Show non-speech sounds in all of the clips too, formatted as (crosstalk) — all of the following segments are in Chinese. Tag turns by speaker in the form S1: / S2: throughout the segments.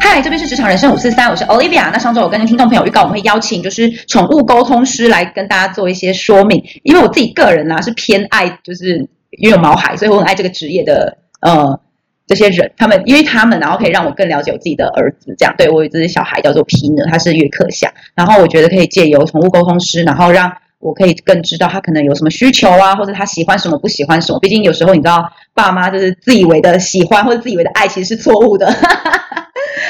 S1: 嗨，这边是职场人生五四三，我是 Olivia。那上周我跟听众朋友预告，我们会邀请就是宠物沟通师来跟大家做一些说明，因为我自己个人呢、啊是偏爱，就是因为有毛孩，所以我很爱这个职业的呃这些人，他们因为他们然后可以让我更了解我自己的儿子，这样对我有一只小孩叫做皮呢，他是约克夏，然后我觉得可以借由宠物沟通师，然后让我可以更知道他可能有什么需求啊，或者他喜欢什么不喜欢什么。毕竟有时候你知道，爸妈就是自以为的喜欢或者自以为的爱其实是错误的。 (laughs)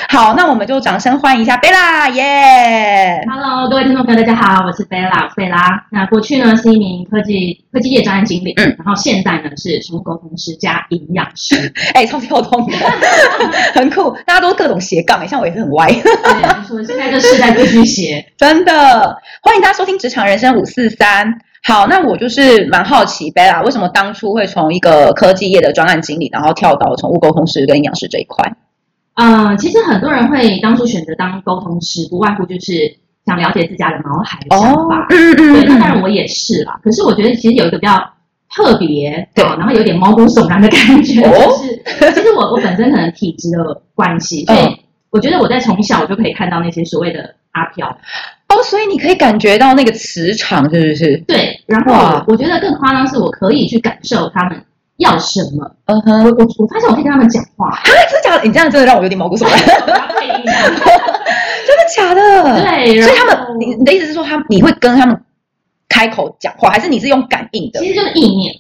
S1: 好，那我们就掌声欢迎一下贝拉，耶！
S2: Hello，各位听众朋友，大家好，我是贝拉，我是贝拉。那过去呢是一名科技科技业专案经理，
S1: 嗯
S2: 然后现在呢是宠物沟通师加营养师。
S1: (laughs) 哎、超级沟通的， (laughs) 很酷，大家都各种斜杠，像我也是很歪。
S2: 对，没错，现在这世代必须学。
S1: 真的，欢迎大家收听《职场人生五四三》。好，那我就是蛮好奇贝拉，为什么当初会从一个科技业的专案经理，然后跳到宠物沟通师跟营养师这一块？
S2: 嗯，其实很多人会当初选择当沟通师，不外乎就是想了解自家的毛孩的想法。
S1: 嗯
S2: 对，
S1: 嗯
S2: 那当
S1: 嗯，
S2: 然我也是啦。可是我觉得其实有一个比较特别，
S1: 对
S2: 哦然后有点毛骨悚然的感觉，
S1: 哦
S2: 就是其实我我本身可能体质的关系，所
S1: 嗯
S2: 以我觉得我在从小我就可以看到那些所谓的阿飘。
S1: 哦，所以你可以感觉到那个磁场，是不是？
S2: 对，然后
S1: 哇
S2: 我我觉得更夸张是我可以去感受他们要什么。呃
S1: 嗯哼，
S2: 我我我发现我可以跟他们讲
S1: (laughs)，
S2: 话
S1: 啊，真的假的？你这样真的让我有点毛骨悚然，真
S2: 我要配音
S1: 的假的？
S2: 对，然
S1: 所以他
S2: 后
S1: 们，你你的意思是说他们，你会跟他们开口讲话，还是你是用感应的？
S2: 其实就是意念，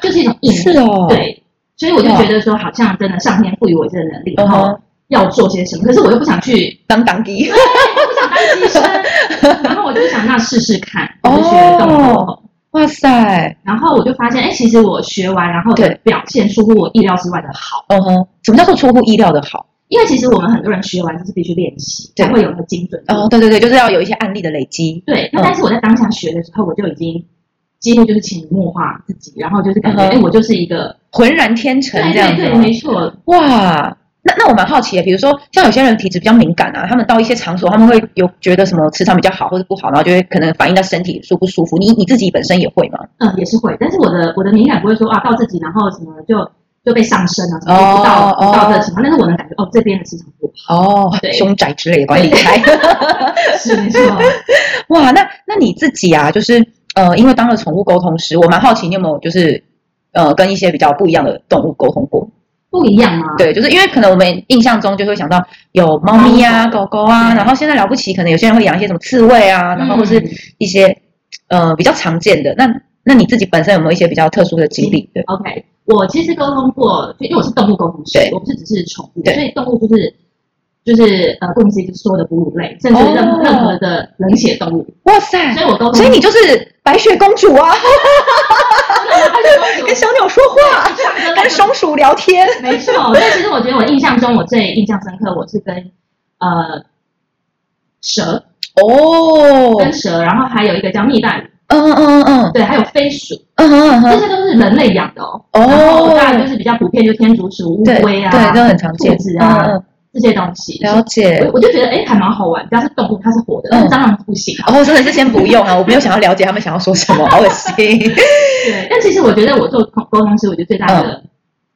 S2: 就是一种意念。
S1: 是哦，，
S2: 对，所以我就觉得说，好像真的上天赋予我这个能力，
S1: 嗯
S2: 然
S1: 哼
S2: 后要做些什么，可是我又不想去， (laughs)
S1: 当当机，
S2: 我不想当
S1: (laughs)
S2: 医生，然后我就想那试试看，
S1: 哦
S2: 我就学动物沟通。
S1: 哇塞，
S2: 然后我就发现，哎，其实我学完，然后我的
S1: 对
S2: 表现出乎我意料之外的好。
S1: 嗯哼，什么叫做出乎意料的好？
S2: 因为其实我们很多人学完就是必须练习，
S1: 对
S2: 才会有那个精准度。
S1: 哦，对对对，就是要有一些案例的累积。
S2: 对，那
S1: 嗯
S2: 但是我在当下学的时候，我就已经几乎就是潜移默化自己，然后就是感觉，
S1: 嗯哼
S2: 哎、我就是一个，
S1: 浑然天成
S2: 对
S1: 这样
S2: 对
S1: 子
S2: 对，
S1: 吗。
S2: 没错，
S1: 哇，那那我蛮好奇的，比如说像有些人体质比较敏感啊，他们到一些场所，他们会有觉得什么磁场比较好或者不好，然后就会可能反映到身体舒不舒服。你你自己本身也会吗？
S2: 嗯，也是会，但是我的我的敏感不会说啊，到自己然后什么就就被上身啊，什么
S1: 哦
S2: 就不到、
S1: 哦
S2: 不到这个情况，但是我能感觉哦，这边的市场不
S1: 哦
S2: 对
S1: 凶宅之类的管理开。
S2: 好，是没错，
S1: (laughs) 哇，那那你自己啊，就是呃，因为当了宠物沟通师，我蛮好奇你有没有就是呃跟一些比较不一样的动物沟通过？
S2: 不一样吗？
S1: 对，就是因为可能我们印象中就会想到有猫咪啊、
S2: 猫
S1: 狗狗啊，
S2: 对
S1: 然后现在了不起，可能有些人会养一些什么刺猬啊，
S2: 嗯，
S1: 然后或是一些呃比较常见的。那那你自己本身有没有一些比较特殊的经历？对，
S2: OK，我其实沟通过，就因为我是动物沟通师
S1: 对，
S2: 我不是只是宠物，
S1: 对
S2: 所以动物就是。就是呃，顾名思义，就是所有的哺乳类，甚至任
S1: 哦
S2: 任何的冷血动物。
S1: 哇塞
S2: 所！以我沟通， (laughs)
S1: 所以你就是白雪公主啊，跟小鸟说话，跟松鼠聊天。
S2: 没错，所以其实我觉得我印象中我最印象深刻，我是跟呃蛇
S1: 哦，
S2: 跟蛇，然后还有一个叫蜜袋鼯，
S1: 嗯嗯嗯嗯
S2: 对，还有飞鼠，
S1: 嗯嗯
S2: 这
S1: 嗯，
S2: 些都是人类养的哦。然后
S1: 哦，
S2: 当然就是比较普遍，就天竺鼠、乌
S1: 对
S2: 龟
S1: 对，都
S2: 啊
S1: 很常见
S2: 兔。子啊
S1: 嗯嗯，
S2: 这些东西。
S1: 了解。
S2: 我我就觉得哎，还蛮好玩，只要是动物它是活的，但是
S1: 嗯
S2: 蟑螂不行。
S1: 哦，真的是先不用啊，我没有想要了解他们想要说什么，好恶
S2: (laughs)
S1: 心。
S2: 对，但其实我觉得我做沟沟通师，我觉得最大的
S1: 嗯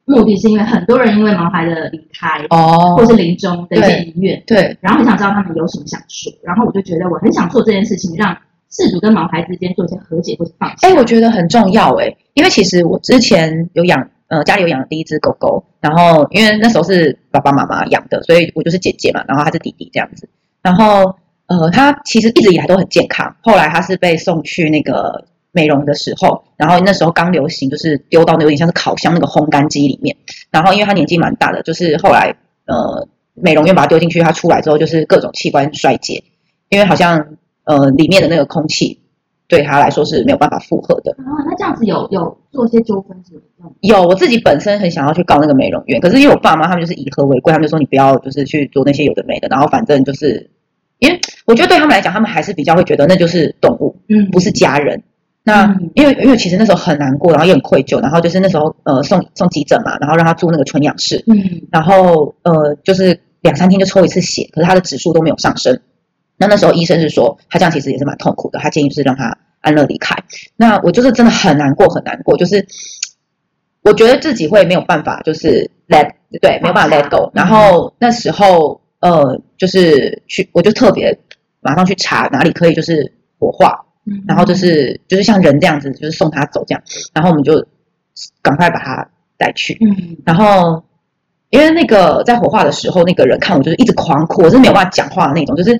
S2: 目的是因为很多人因为毛孩的离开
S1: 哦
S2: 或是临终的一些
S1: 对
S2: 遗愿，
S1: 对，
S2: 然后很想知道他们有什么想说，然后我就觉得我很想做这件事情，让饲主跟毛孩之间做一些和解或是放下。
S1: 哎、我觉得很重要哎、因为其实我之前有养，呃，家里有养第一只狗狗，然后因为那时候是爸爸妈妈养的，所以我就是姐姐嘛，然后它是弟弟这样子，然后呃，它其实一直以来都很健康，后来它是被送去那个美容的时候，然后那时候刚流行就是丢到那有点像是烤箱那个烘干机里面，然后因为它年纪蛮大的，就是后来呃美容院把它丢进去，它出来之后就是各种器官衰竭，因为好像呃里面的那个空气对它来说是没有办法负荷的。
S2: 然后哦那这样子有有做一些纠纷什么的吗？
S1: 有，我自己本身很想要去告那个美容院，可是因为我爸妈他们就是以和为贵，他们就说你不要就是去做那些有的没的，然后反正就是，因为我觉得对他们来讲，他们还是比较会觉得那就是动物，
S2: 嗯
S1: 不是家人。那
S2: 嗯
S1: 因为因为其实那时候很难过，然后也很愧疚，然后就是那时候呃送送急诊嘛，然后让他住那个纯氧室，
S2: 嗯，
S1: 然后呃就是两三天就抽一次血，可是他的指数都没有上升。那那时候医生是说他这样其实也是蛮痛苦的，他建议就是让他安乐离开。那我就是真的很难过，很难过，就是我觉得自己会没有办法，就是 let 对没有办法 let go。然后那时候呃，就是去我就特别马上去查哪里可以就是火化，
S2: 嗯
S1: 然后就是就是像人这样子，就是送他走这样，然后我们就赶快把他带去，
S2: 嗯
S1: 然后因为那个在火化的时候，那个人看我就是一直狂哭，我是没有办法讲话的那种，就是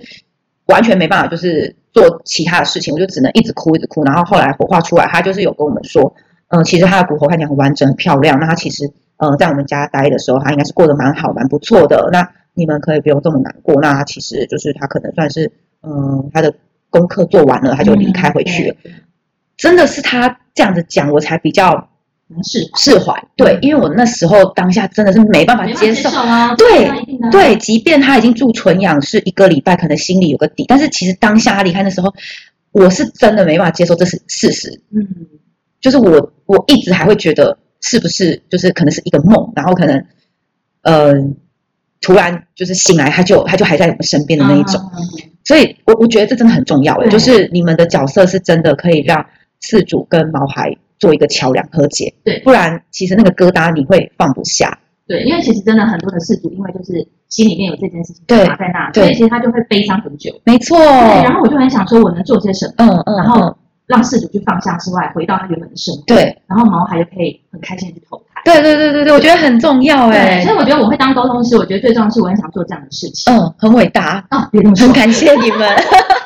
S1: 完全没办法就是做其他的事情，我就只能一直哭一直哭。然后后来火化出来，他就是有跟我们说，嗯、其实他的骨头看起来很完整、很漂亮。那他嗯其实呃在我们家待的时候，他应该是过得蛮好、蛮不错的。那你们可以不用这么难过。那他其实就是他可能算是嗯、他的功课做完了，他就离开回去
S2: 嗯
S1: 了。，真的是他这样子讲，我才比较
S2: 嗯是
S1: 释怀。对，因为我那时候当下真的是没办法
S2: 没办法
S1: 接
S2: 接
S1: 受
S2: 受。啊，
S1: 对
S2: 那一定的啊，
S1: 对，即便他已经住纯氧室一个礼拜，可能心里有个底，但是其实当下他离开的时候，我是真的没办法接受这是事实。
S2: 嗯，
S1: 就是我我一直还会觉得是不是就是可能是一个梦，然后可能呃突然就是醒来，他就他就还在我们身边的那一种。
S2: 啊，
S1: 所以我我觉得这真的很重要欸，
S2: 对
S1: 就是你们的角色是真的可以让事主跟毛孩做一个桥梁和解，
S2: 对
S1: 不然其实那个疙瘩你会放不下，
S2: 对，因为其实真的很多的事主，因为就是心里面有这件事情
S1: 对
S2: 卡在那，
S1: 对哦
S2: 所以其实他就会悲伤很久。
S1: 没错，
S2: 对，然后我就很想说，我能做些什么，
S1: 嗯嗯，
S2: 然后
S1: 嗯
S2: 让事主去放下之外，回到他原本的生活，
S1: 对
S2: 然后毛孩就可以很开心的去投胎。
S1: 对对对对对，我觉得很重要哎
S2: 所，以我觉得我会当沟通师，我觉得最重要是我很想做这样的事情。
S1: 嗯，很伟大，
S2: 啊，别这么说
S1: 很，感谢你
S2: (laughs)
S1: 们。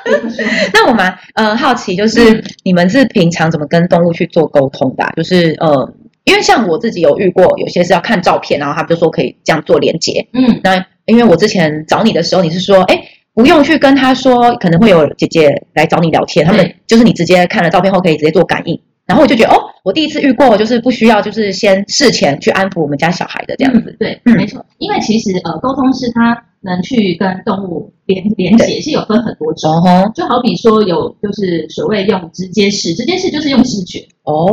S2: 别这么说。
S1: 那我蛮呃好奇，
S2: 嗯
S1: 就是你们是平常怎么跟动物去做沟通的啊、就是呃，因为像我自己有遇过，有些是要看照片，然后他们就说可以这样做连接，
S2: 嗯，
S1: 那因为我之前找你的时候，你是说，哎，不用去跟他说，可能会有姐姐来找你聊天，他们
S2: 对
S1: 就是你直接看了照片后可以直接做感应。然后我就觉得，哦，我第一次遇过，就是不需要，就是先事前去安抚我们家小孩的这样子。
S2: 嗯对，
S1: 嗯
S2: 没错。因为其实呃，沟通师他能去跟动物连连接，是有分很多种。
S1: 哦吼，
S2: 就好比说有就是所谓用直接式，直接式就是用视觉，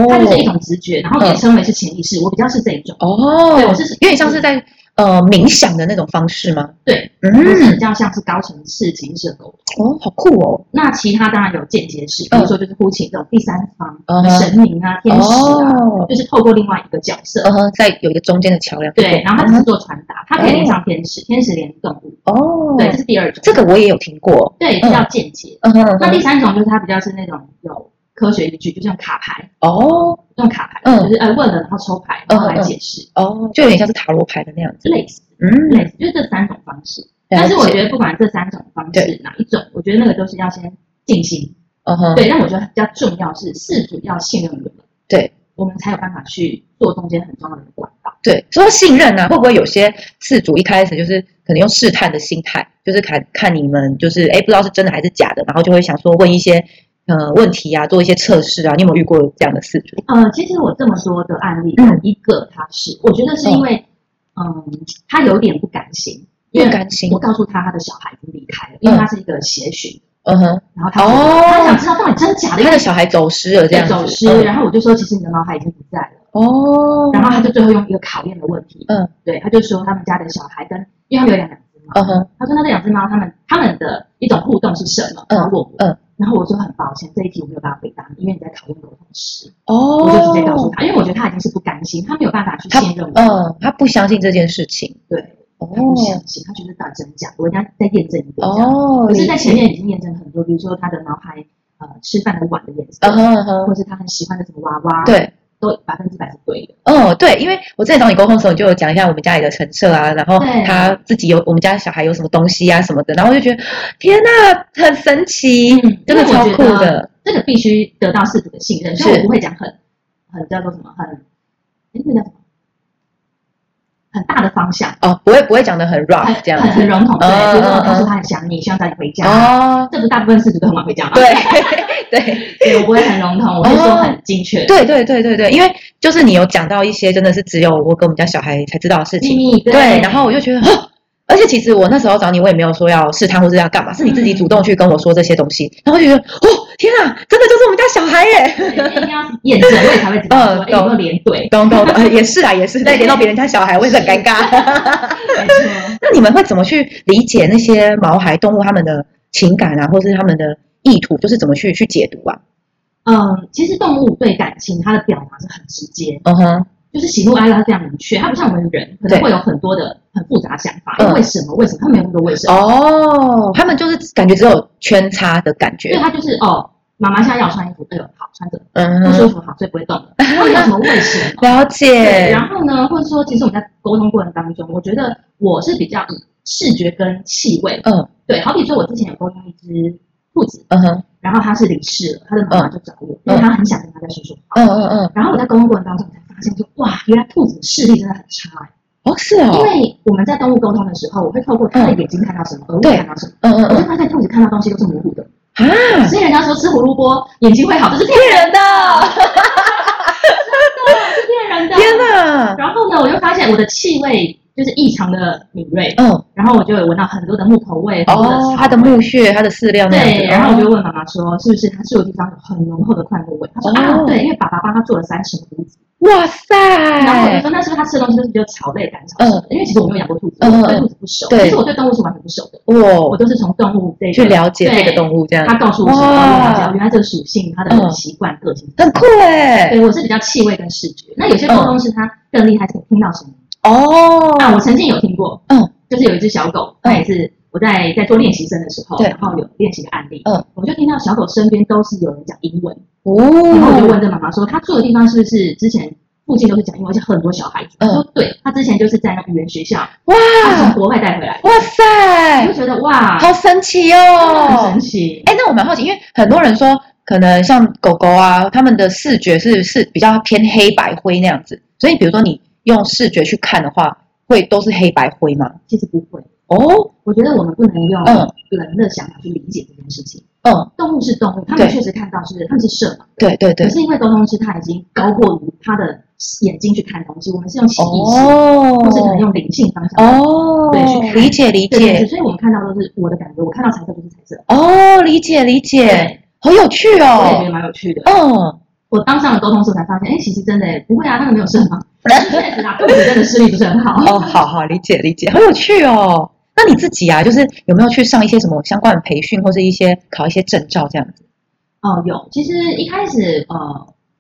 S2: 它就是一
S1: 哦，
S2: 种直觉，然后也称为是潜意识。我比较是这一种，
S1: 哦，
S2: 对我是
S1: 有点像是在呃冥想的那种方式吗？
S2: 对，我是比
S1: 嗯，
S2: 较像是高层次潜意识的沟通。
S1: 哦，好酷哦，
S2: 那其他当然有间接式，比如说就是呼请这种第三方、
S1: 嗯哼
S2: 神明啊、天使啊，
S1: 哦，
S2: 就是透过另外一个角色。
S1: 嗯哼，在有一个中间的桥梁。
S2: 对，然后它只是做传达，它可以连上天使，天使连动物，
S1: 哦，
S2: 对，这是第二种。
S1: 这个我也有听过。
S2: 对
S1: 嗯
S2: 比较间接。
S1: 嗯哼，嗯
S2: 那
S1: 哼
S2: 第三种就是它比较是那种有科学依据，就是用卡牌，
S1: 哦
S2: 用卡牌，
S1: 嗯
S2: 就是呃问了然后抽牌，然后来解释，
S1: 哦，就有点像是塔罗牌的那样子。
S2: 类似
S1: 嗯，
S2: 类似，就是这三种方式。但是我觉
S1: 得，
S2: 得不管这三种方
S1: 对
S2: 式哪一种，我觉得那个都是要先静心。
S1: 嗯哼，
S2: 对，但我觉得比较重要是事主要信任我们，
S1: 对
S2: 我们才有办法去做中间很重要的管道。
S1: 对，说到信任啊，会不会有些事主一开始就是可能用试探的心态，就是看看你们就是哎不知道是真的还是假的，然后就会想说问一些呃问题啊，做一些测试啊，你有没有遇过这样的事主？
S2: 呃，其实我这么多的案例，
S1: 嗯
S2: 有一个他是，我觉得是因为，嗯，他有点不甘心，因
S1: 不
S2: 为
S1: 甘心
S2: 我，告诉他他的小孩已经离开了，因为他是一个协寻，
S1: 嗯哼，
S2: 然后他、
S1: 哦
S2: 他想知道到底真假的，因
S1: 他
S2: 为
S1: 的小孩走失了这样子，
S2: 走失，
S1: 嗯
S2: 然后我就说其实你的毛孩已经不在了，
S1: 哦，
S2: 然后他就最后用一个考验的问题，
S1: 嗯，
S2: 对，他就说他们家的小孩跟，因为他们有养两只猫，
S1: 嗯哼，
S2: 他说那这两只猫他们他们的一种互动是什么？
S1: 嗯
S2: 然后问我，
S1: 嗯
S2: 然后我说很抱歉这一题我没有办法回答你，因为你在考验沟通师，
S1: 哦，
S2: 我就直接告诉他，因为我觉得他已经是不甘心，他没有办法去
S1: 他
S2: 信任我，
S1: 嗯，他不相信这件事情，
S2: 对，
S1: 哦
S2: 他不相信，他觉得到底真假，我一定要再验证一遍这样。
S1: 哦，
S2: 可是，在
S1: 理解
S2: 前面已经验证很多，比如说他的脑海呃吃饭的碗的颜色
S1: 嗯，哼嗯哼，
S2: 或是他很喜欢的什么娃娃，，
S1: 对。
S2: 都百分之百是对的。
S1: 哦，对，因为我之前找你沟通的时候，你就有讲一下我们家里的陈设啊，然后
S2: 对
S1: 他自己有我们家小孩有什么东西啊什么的，然后我就觉得天呐，很神奇，
S2: 嗯
S1: 真的
S2: 因为我
S1: 超
S2: 觉
S1: 酷
S2: 得
S1: 的。
S2: 这个必须得到事主的信任，
S1: 是
S2: 所以我不会讲很很叫做什么很，诶那叫什么？很大的方向，
S1: 哦，不会不会讲的很 rough 啊这
S2: 很
S1: 样
S2: 很很
S1: 子。
S2: 笼统，对，
S1: 嗯
S2: 比如说
S1: 嗯
S2: 他说
S1: 嗯
S2: 他很想你，希望带你回家，
S1: 哦，
S2: 这不大部分事主都很晚回家吗？
S1: 对 (laughs) 对
S2: 对，我不会很笼统，我会说很精确，
S1: 对对对对对，因为就是你有讲到一些真的是只有我跟我们家小孩才知道的事
S2: 秘
S1: 情，
S2: 密
S1: 对，然后我就觉得。哦而且其实我那时候找你，我也没有说要试探或是要干嘛，是你自
S2: 嗯
S1: 己主动去跟我说这些东西，然后我就觉得，哦，天啊，真的就是我们家小孩耶！
S2: 对一定要验证，我也才会知道说
S1: (laughs) 嗯
S2: 诶有没有连对，
S1: 懂
S2: (laughs)
S1: 懂懂，呃也是啊，也是，但连到别人家小孩，我也是很尴尬。
S2: 没错。
S1: 那你们会怎么去理解那些毛孩动物他们的情感啊，或是他们的意图，就是怎么去去解读啊？
S2: 嗯，其实动物对感情它的表达是很直接，
S1: 嗯哼，
S2: 就是喜怒哀乐它非常明确，它不像我们人可能
S1: 对
S2: 会有很多的很复杂的想法，
S1: 嗯
S2: 为什么为什么，它没有那么多为什么，
S1: 哦，他们就是感觉只有圈叉的感
S2: 所以
S1: 觉，
S2: 它就是哦，妈妈现在要我穿衣服，哎呦好穿着不舒
S1: 嗯，
S2: 服好，所以不会动了，它没有什么为什
S1: (laughs)
S2: 么。
S1: 了
S2: 对，
S1: 解，
S2: 然后呢，或者说，其实我们在沟通过程当中，我觉得我是比较以视觉跟气味，
S1: 嗯
S2: 对，好比说我之前有沟通一只兔子，
S1: 嗯哼，
S2: 然后它是离世了，它的妈妈就找我，因为它很想跟它再说说话。
S1: 嗯嗯嗯，
S2: 然后我在沟通过程当中，我才发现说，哇，原来兔子的视力真的很差欸、
S1: 哦是
S2: 因
S1: 哦，嗯
S2: 为我们在动物沟通的时候，我会透过它的眼睛看到什么，而我
S1: 对
S2: 看到什么。
S1: 嗯嗯
S2: 我就
S1: 嗯
S2: 发现兔子看到东西都是模糊的，
S1: 啊，
S2: 所以人家说吃胡萝卜眼睛会好，这是骗人的，是骗人的。
S1: 天哪，
S2: 然后呢，我就发现我的气味就是异常的敏锐，
S1: 嗯，
S2: 然后我就有闻到很多的木头味，很多的
S1: 哦
S2: 草味，
S1: 它的木嗯屑，它的饲料那样子，
S2: 对，然后我就问妈妈说，是不是它住的地方有很浓厚的快木味？她说、
S1: 哦
S2: 啊，对，因为爸爸帮他做了三十五子。
S1: 哇塞，
S2: 然后我就说，那是不是它吃的东西都是比较草类感草？
S1: 嗯
S2: 因为其实我没有养过兔子，
S1: 嗯嗯嗯
S2: 我对兔子不熟。
S1: 对
S2: 其实我对动物是完全不熟的，我
S1: 我
S2: 都是从动物这个
S1: 去了解这个动
S2: 物，
S1: 物这样，
S2: 它告诉我什么，
S1: 哇
S2: 我了解哦原来这个属性，它
S1: 嗯
S2: 的习惯、个性。
S1: 很酷哎，
S2: 对，我是比较气味跟视觉。那有些沟
S1: 嗯
S2: 通是它更厉害，是可以听到声音。
S1: 哦，
S2: 啊，我曾经有听过，
S1: 嗯，
S2: 就是有一只小狗，它也是我在在做练习生的时候，
S1: 对
S2: 然后有练习的案例，
S1: 嗯，
S2: 我就听到小狗身边都是有人讲英文，然后我就
S1: 哦，
S2: 问这妈妈说，她住的地方是不是之前附近都是讲英文，而且很多小孩子，
S1: 嗯
S2: 她说对，她之前就是在那语言学校，
S1: 哇，
S2: 她从国外带回来，
S1: 哇
S2: 我
S1: 塞
S2: 就，觉得哇，
S1: 好神奇
S2: 真的
S1: 哦
S2: 很神！奇，
S1: 哎、那我蛮好奇，因为很多人说，可能像狗狗啊，它们的视觉是是比较偏黑白灰那样子，所以比如说你用视觉去看的话，会都是黑白灰吗？
S2: 其实不会，
S1: 哦，
S2: 我觉得我们不能用
S1: 嗯
S2: 人的想法去理解这件事情，
S1: 嗯，
S2: 动物是动物，他们
S1: 对
S2: 确实看到是他们是色盲，
S1: 对对对
S2: 可，是因为沟通师他已经高过于他的眼睛去看东西，我们是用潜意识。
S1: 哦
S2: 或是可能用灵性方向。
S1: 哦
S2: 对去，看
S1: 理解理
S2: 对对对，
S1: 解，
S2: 所以我们看到都是我的感觉，我看到彩色就是彩色。
S1: 哦，理解理解，，好有趣
S2: 我也觉
S1: 哦
S2: 得，蛮有趣的。
S1: 嗯，
S2: 我当上了沟通师，我才发现，哎，其实真的不会啊，那个没有事
S1: (laughs)
S2: 很好。确实啊，肚子真的视力不是很好。
S1: 哦，好好理解理解，好有趣哦。那你自己啊，就是有没有去上一些什么相关的培训，或是一些考一些证照这样子？
S2: 哦，有，其实一开始呃，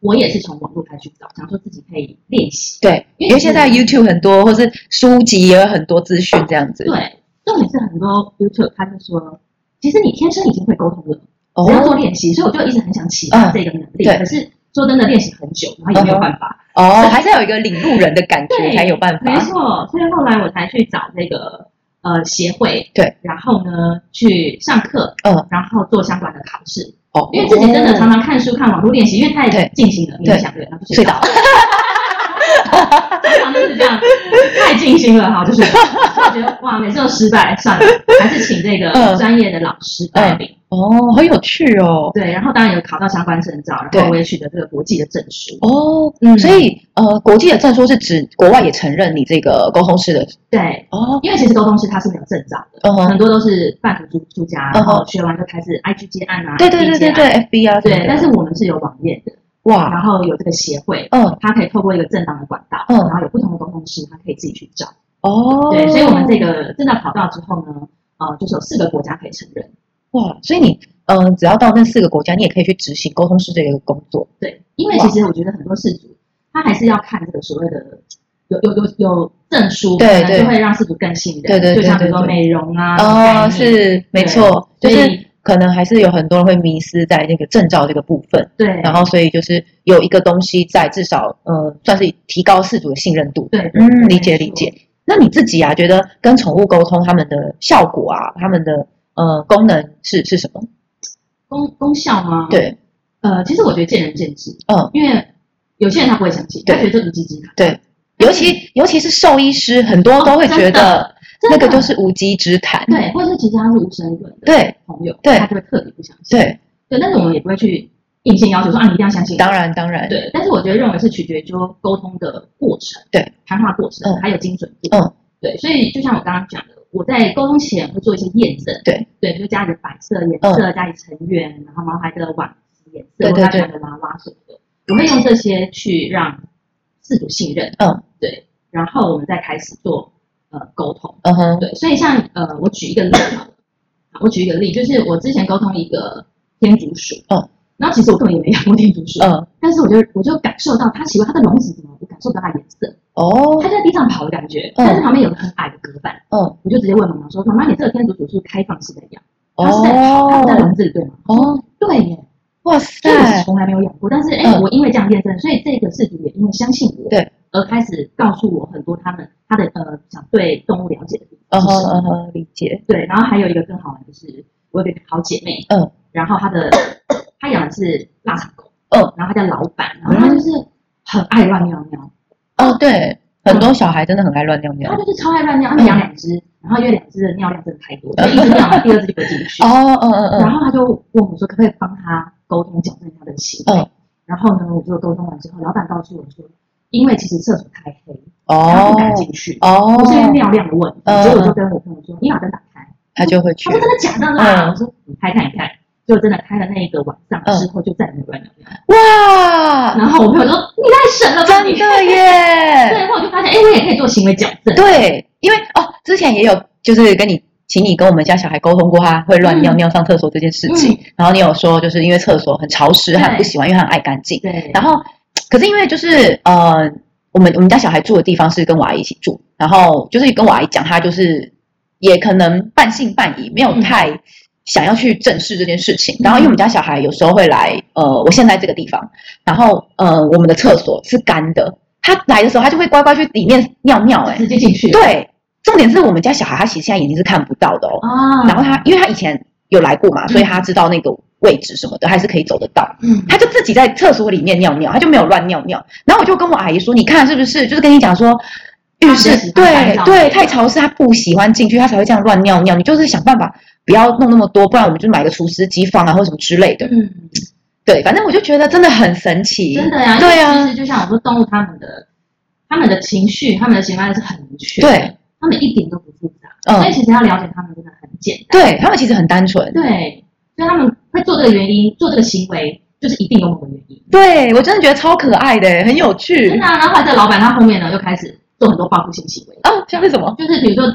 S2: 我也是从网络开始找，想说自己可以练习。
S1: 对，因为现在 YouTube 很多，或是书籍也有很多资讯这样子。，
S2: 对，重点是很多 YouTube 他就说，其实你天生已经会沟通了，只要做
S1: 哦
S2: 练习。所以我就一直很想启发这个能
S1: 嗯
S2: 力，
S1: 对
S2: 可是说真的，练习很久，然后也没有办法。
S1: 哦，还是要有一个领路人的感觉
S2: 对
S1: 才有办
S2: 没
S1: 法。
S2: 错，所以后来我才去找那个呃协会，
S1: 对，
S2: 然后呢去上课，
S1: 嗯，
S2: 然后做相关的考试，
S1: 哦，
S2: 因为自己真的常常看书、看网络练习，因为太
S1: 对
S2: 尽兴了，冥想对，然后就
S1: 睡
S2: 睡
S1: 倒
S2: 着，。常常就是这样，太尽兴了哈，就是我觉得哇，每次都失败，算了，还是请这个
S1: 嗯
S2: 专业的老师带领。
S1: 哦，好有趣哦。
S2: 对，然后当然有考到相关证照，然
S1: 对
S2: 后我也取得这个国际的证书。
S1: 哦，
S2: 嗯
S1: 所以呃，国际的证书是指国外也承认你这个沟通师的
S2: 对，
S1: 哦，
S2: 因为其实沟通师他是没有证照的，
S1: 嗯哼，
S2: 很多都是半途出出家，
S1: 嗯
S2: 然
S1: 哼
S2: 后学完就开始 IG 接案啊，
S1: 对对
S2: FB
S1: 对
S2: 接
S1: 对
S2: 案
S1: 对，FB 哦啊什么的，
S2: 对，但是我们是有网页的，
S1: 哇，
S2: 然后有这个协会，
S1: 嗯，
S2: 它可以透过一个正当的管道，
S1: 嗯
S2: 然后有不同的沟通师，他可以自己去找。
S1: 哦，
S2: 对，所以我们这个证照跑道之后呢，呃，就是有四个国家可以承认。
S1: 哇，所以你呃，只要到那四个国家，你也可以去执行沟通师这个工作。
S2: 对，因为其实我觉得很多事主他还是要看这个所谓的。有有有有证书，
S1: 对
S2: 可能
S1: 对
S2: 就会让事主更信任。
S1: 对对对
S2: 就像比如说
S1: 对对
S2: 美容啊，
S1: 哦，
S2: 概念
S1: 是没错，就
S2: 对所
S1: 是
S2: 以
S1: 可能还是有很多人会迷失在那个证照这个部分，
S2: 对，
S1: 然后所以就是有一个东西在，至少呃算是提高事主的信任度。
S2: 对，
S1: 嗯，理解
S2: 没错
S1: 理解。。那你自己啊，觉得跟宠物沟通他们的效果啊，他们的呃功能是是什么？
S2: 嗯功功效吗？，
S1: 对，
S2: 呃，其实我觉得见仁见智，
S1: 嗯，
S2: 因为有些人他不会相信，
S1: 对
S2: 他觉得这无稽之谈。
S1: 对，尤其尤其是兽医师，很多都会
S2: 嗯哦
S1: 觉
S2: 真的
S1: 得
S2: 真
S1: 那
S2: 的
S1: 个就是无稽之谈。
S2: 对，或者是其实他是无神论的
S1: 对
S2: 朋友，
S1: 对
S2: 他就会特别不相信。
S1: 对，
S2: 对，但是我们也不会去硬性要求说啊，你一定要相信。
S1: 当，然当然，
S2: 对。但是我觉得认为是取决于说沟通的过程，
S1: 对，
S2: 谈话过程
S1: 嗯
S2: 还有精准度，
S1: 嗯，
S2: 对。所以就像我刚刚讲的，我在沟通前会做一些验证，
S1: 对
S2: 对，就家里的摆设、颜色、家里成员，然后毛孩的碗颜
S1: 对对
S2: 色，我刚
S1: 对
S2: 讲的娃娃什么的，我会用这些去让自主信任，
S1: 嗯，
S2: 对。然后我们再开始做呃沟通。
S1: 嗯哼，
S2: 对，所以像呃，我举一个例好了，我举一个例，就是我之前沟通一个天竺鼠，
S1: 嗯，
S2: 然后其实我根本也没养过天竺鼠，
S1: 嗯，
S2: 但是我就我就感受到它奇怪，它的笼子怎么我感受不到它的颜色，
S1: 哦
S2: 它，在地上跑的感觉，但是旁边有个很矮的隔板，
S1: 嗯，
S2: 我就直接问妈妈说：“妈妈，你这个天竺鼠是开放式的养，它是在它是在
S1: 哦，
S2: 笼子里对吗？”
S1: 哦，
S2: 对耶，
S1: 哇
S2: 这个是
S1: 塞，
S2: 从来没有养过，但是哎、
S1: 嗯
S2: 我因为这样验证，所以这个事主也因为相信我，
S1: 对，
S2: 而开始告诉我很多他们他的呃想对动物了解的地
S1: 嗯
S2: 方是
S1: 哼
S2: 什么
S1: 嗯哼，理解，
S2: 对，然后还有一个更好玩的是，我有一个好姐妹，
S1: 嗯，
S2: 然后她的 (coughs) 她养的是腊肠狗，
S1: 嗯，
S2: 然后她叫老板，然后她就是很爱乱尿尿，
S1: 哦，对，很
S2: 嗯
S1: 多小孩真的很爱乱尿尿
S2: 她，就是超爱乱尿，她们养两只，然后因为两只的尿量真的太多，
S1: (laughs)
S2: 所以一直尿完第二只就不进去，
S1: 哦，嗯嗯
S2: 然
S1: 嗯，
S2: 后她就问我说，可不可以帮她沟通矫正她的行为？
S1: 嗯
S2: 然后呢，我就沟通完之后，老板告诉我说，因为其实厕所太黑，她
S1: 哦
S2: 不，敢进去，
S1: 哦
S2: 不，是因为尿量的问题，
S1: 嗯
S2: 所以我就跟我朋友说，你把灯打开。
S1: 他就会去
S2: 他说真的假的啦？
S1: 嗯
S2: 我说你开看一看，就真的开了那一个晚上之后，就再也没有乱尿尿。
S1: 嗯哇，
S2: 然后我朋友说你太神了吧
S1: 真
S2: 你！
S1: 的
S2: (laughs) 对，
S1: 耶，
S2: 然后我就发现，哎，我也可以做行为矫
S1: (laughs)
S2: 正。
S1: 对，因为哦，之前也有就是跟你。请你跟我们家小孩沟通过他会乱
S2: 嗯
S1: 尿尿上厕所这件事情，然后你有说就是因为厕所很潮湿，他很不喜欢，因为他很爱干净。
S2: 对，
S1: 然后，可是因为就是呃，我们我们家小孩住的地方是跟我阿姨一起住，然后就是跟我阿姨讲，她就是也可能半信半疑，没有
S2: 嗯
S1: 太想要去正视这件事情。
S2: 嗯
S1: 然后，因为我们家小孩有时候会来呃，我现在这个地方，然后呃，我们的厕所是干的，他来的时候他就会乖乖去里面尿尿、欸，
S2: 直接进去。
S1: 对，重点是我们家小孩他其实现在眼睛是看不到的哦。
S2: 啊，
S1: 然后他，因为他以前有来过嘛，所以他知道那个位置什么的，还是可以走得到。
S2: 嗯，
S1: 他就自己在厕所里面尿尿，他就没有乱尿尿。然后我就跟我阿姨说：“你看是不是？就是跟你讲说，浴
S2: 他
S1: 室
S2: 喜欢干
S1: 对
S2: 燥
S1: 对太潮湿，他不喜欢进去，他才会这样乱尿尿。你就是想办法不要弄那么多，不然我们就买个除湿机放啊，或什么之类的。
S2: 嗯，
S1: 对，反正我就觉得真的很神奇，
S2: 真的呀，
S1: 对
S2: 因为
S1: 啊，
S2: 其实就像我说，动物它们的他们的情绪、他们的行为是很明确，
S1: 对，
S2: 他们一点都不复杂，所以
S1: 嗯，
S2: 其实要了解他们真的很简单。
S1: 对他们其实很单纯。
S2: 对，所以他们会做这个原因，做这个行为，就是一定有某个原因。
S1: 对我真的觉得超可爱的，很有
S2: 真
S1: 趣
S2: 的、啊。然后后来这个老板他后面呢，又开始做很多报复性行为，
S1: 啊！像是什么
S2: 就是比如说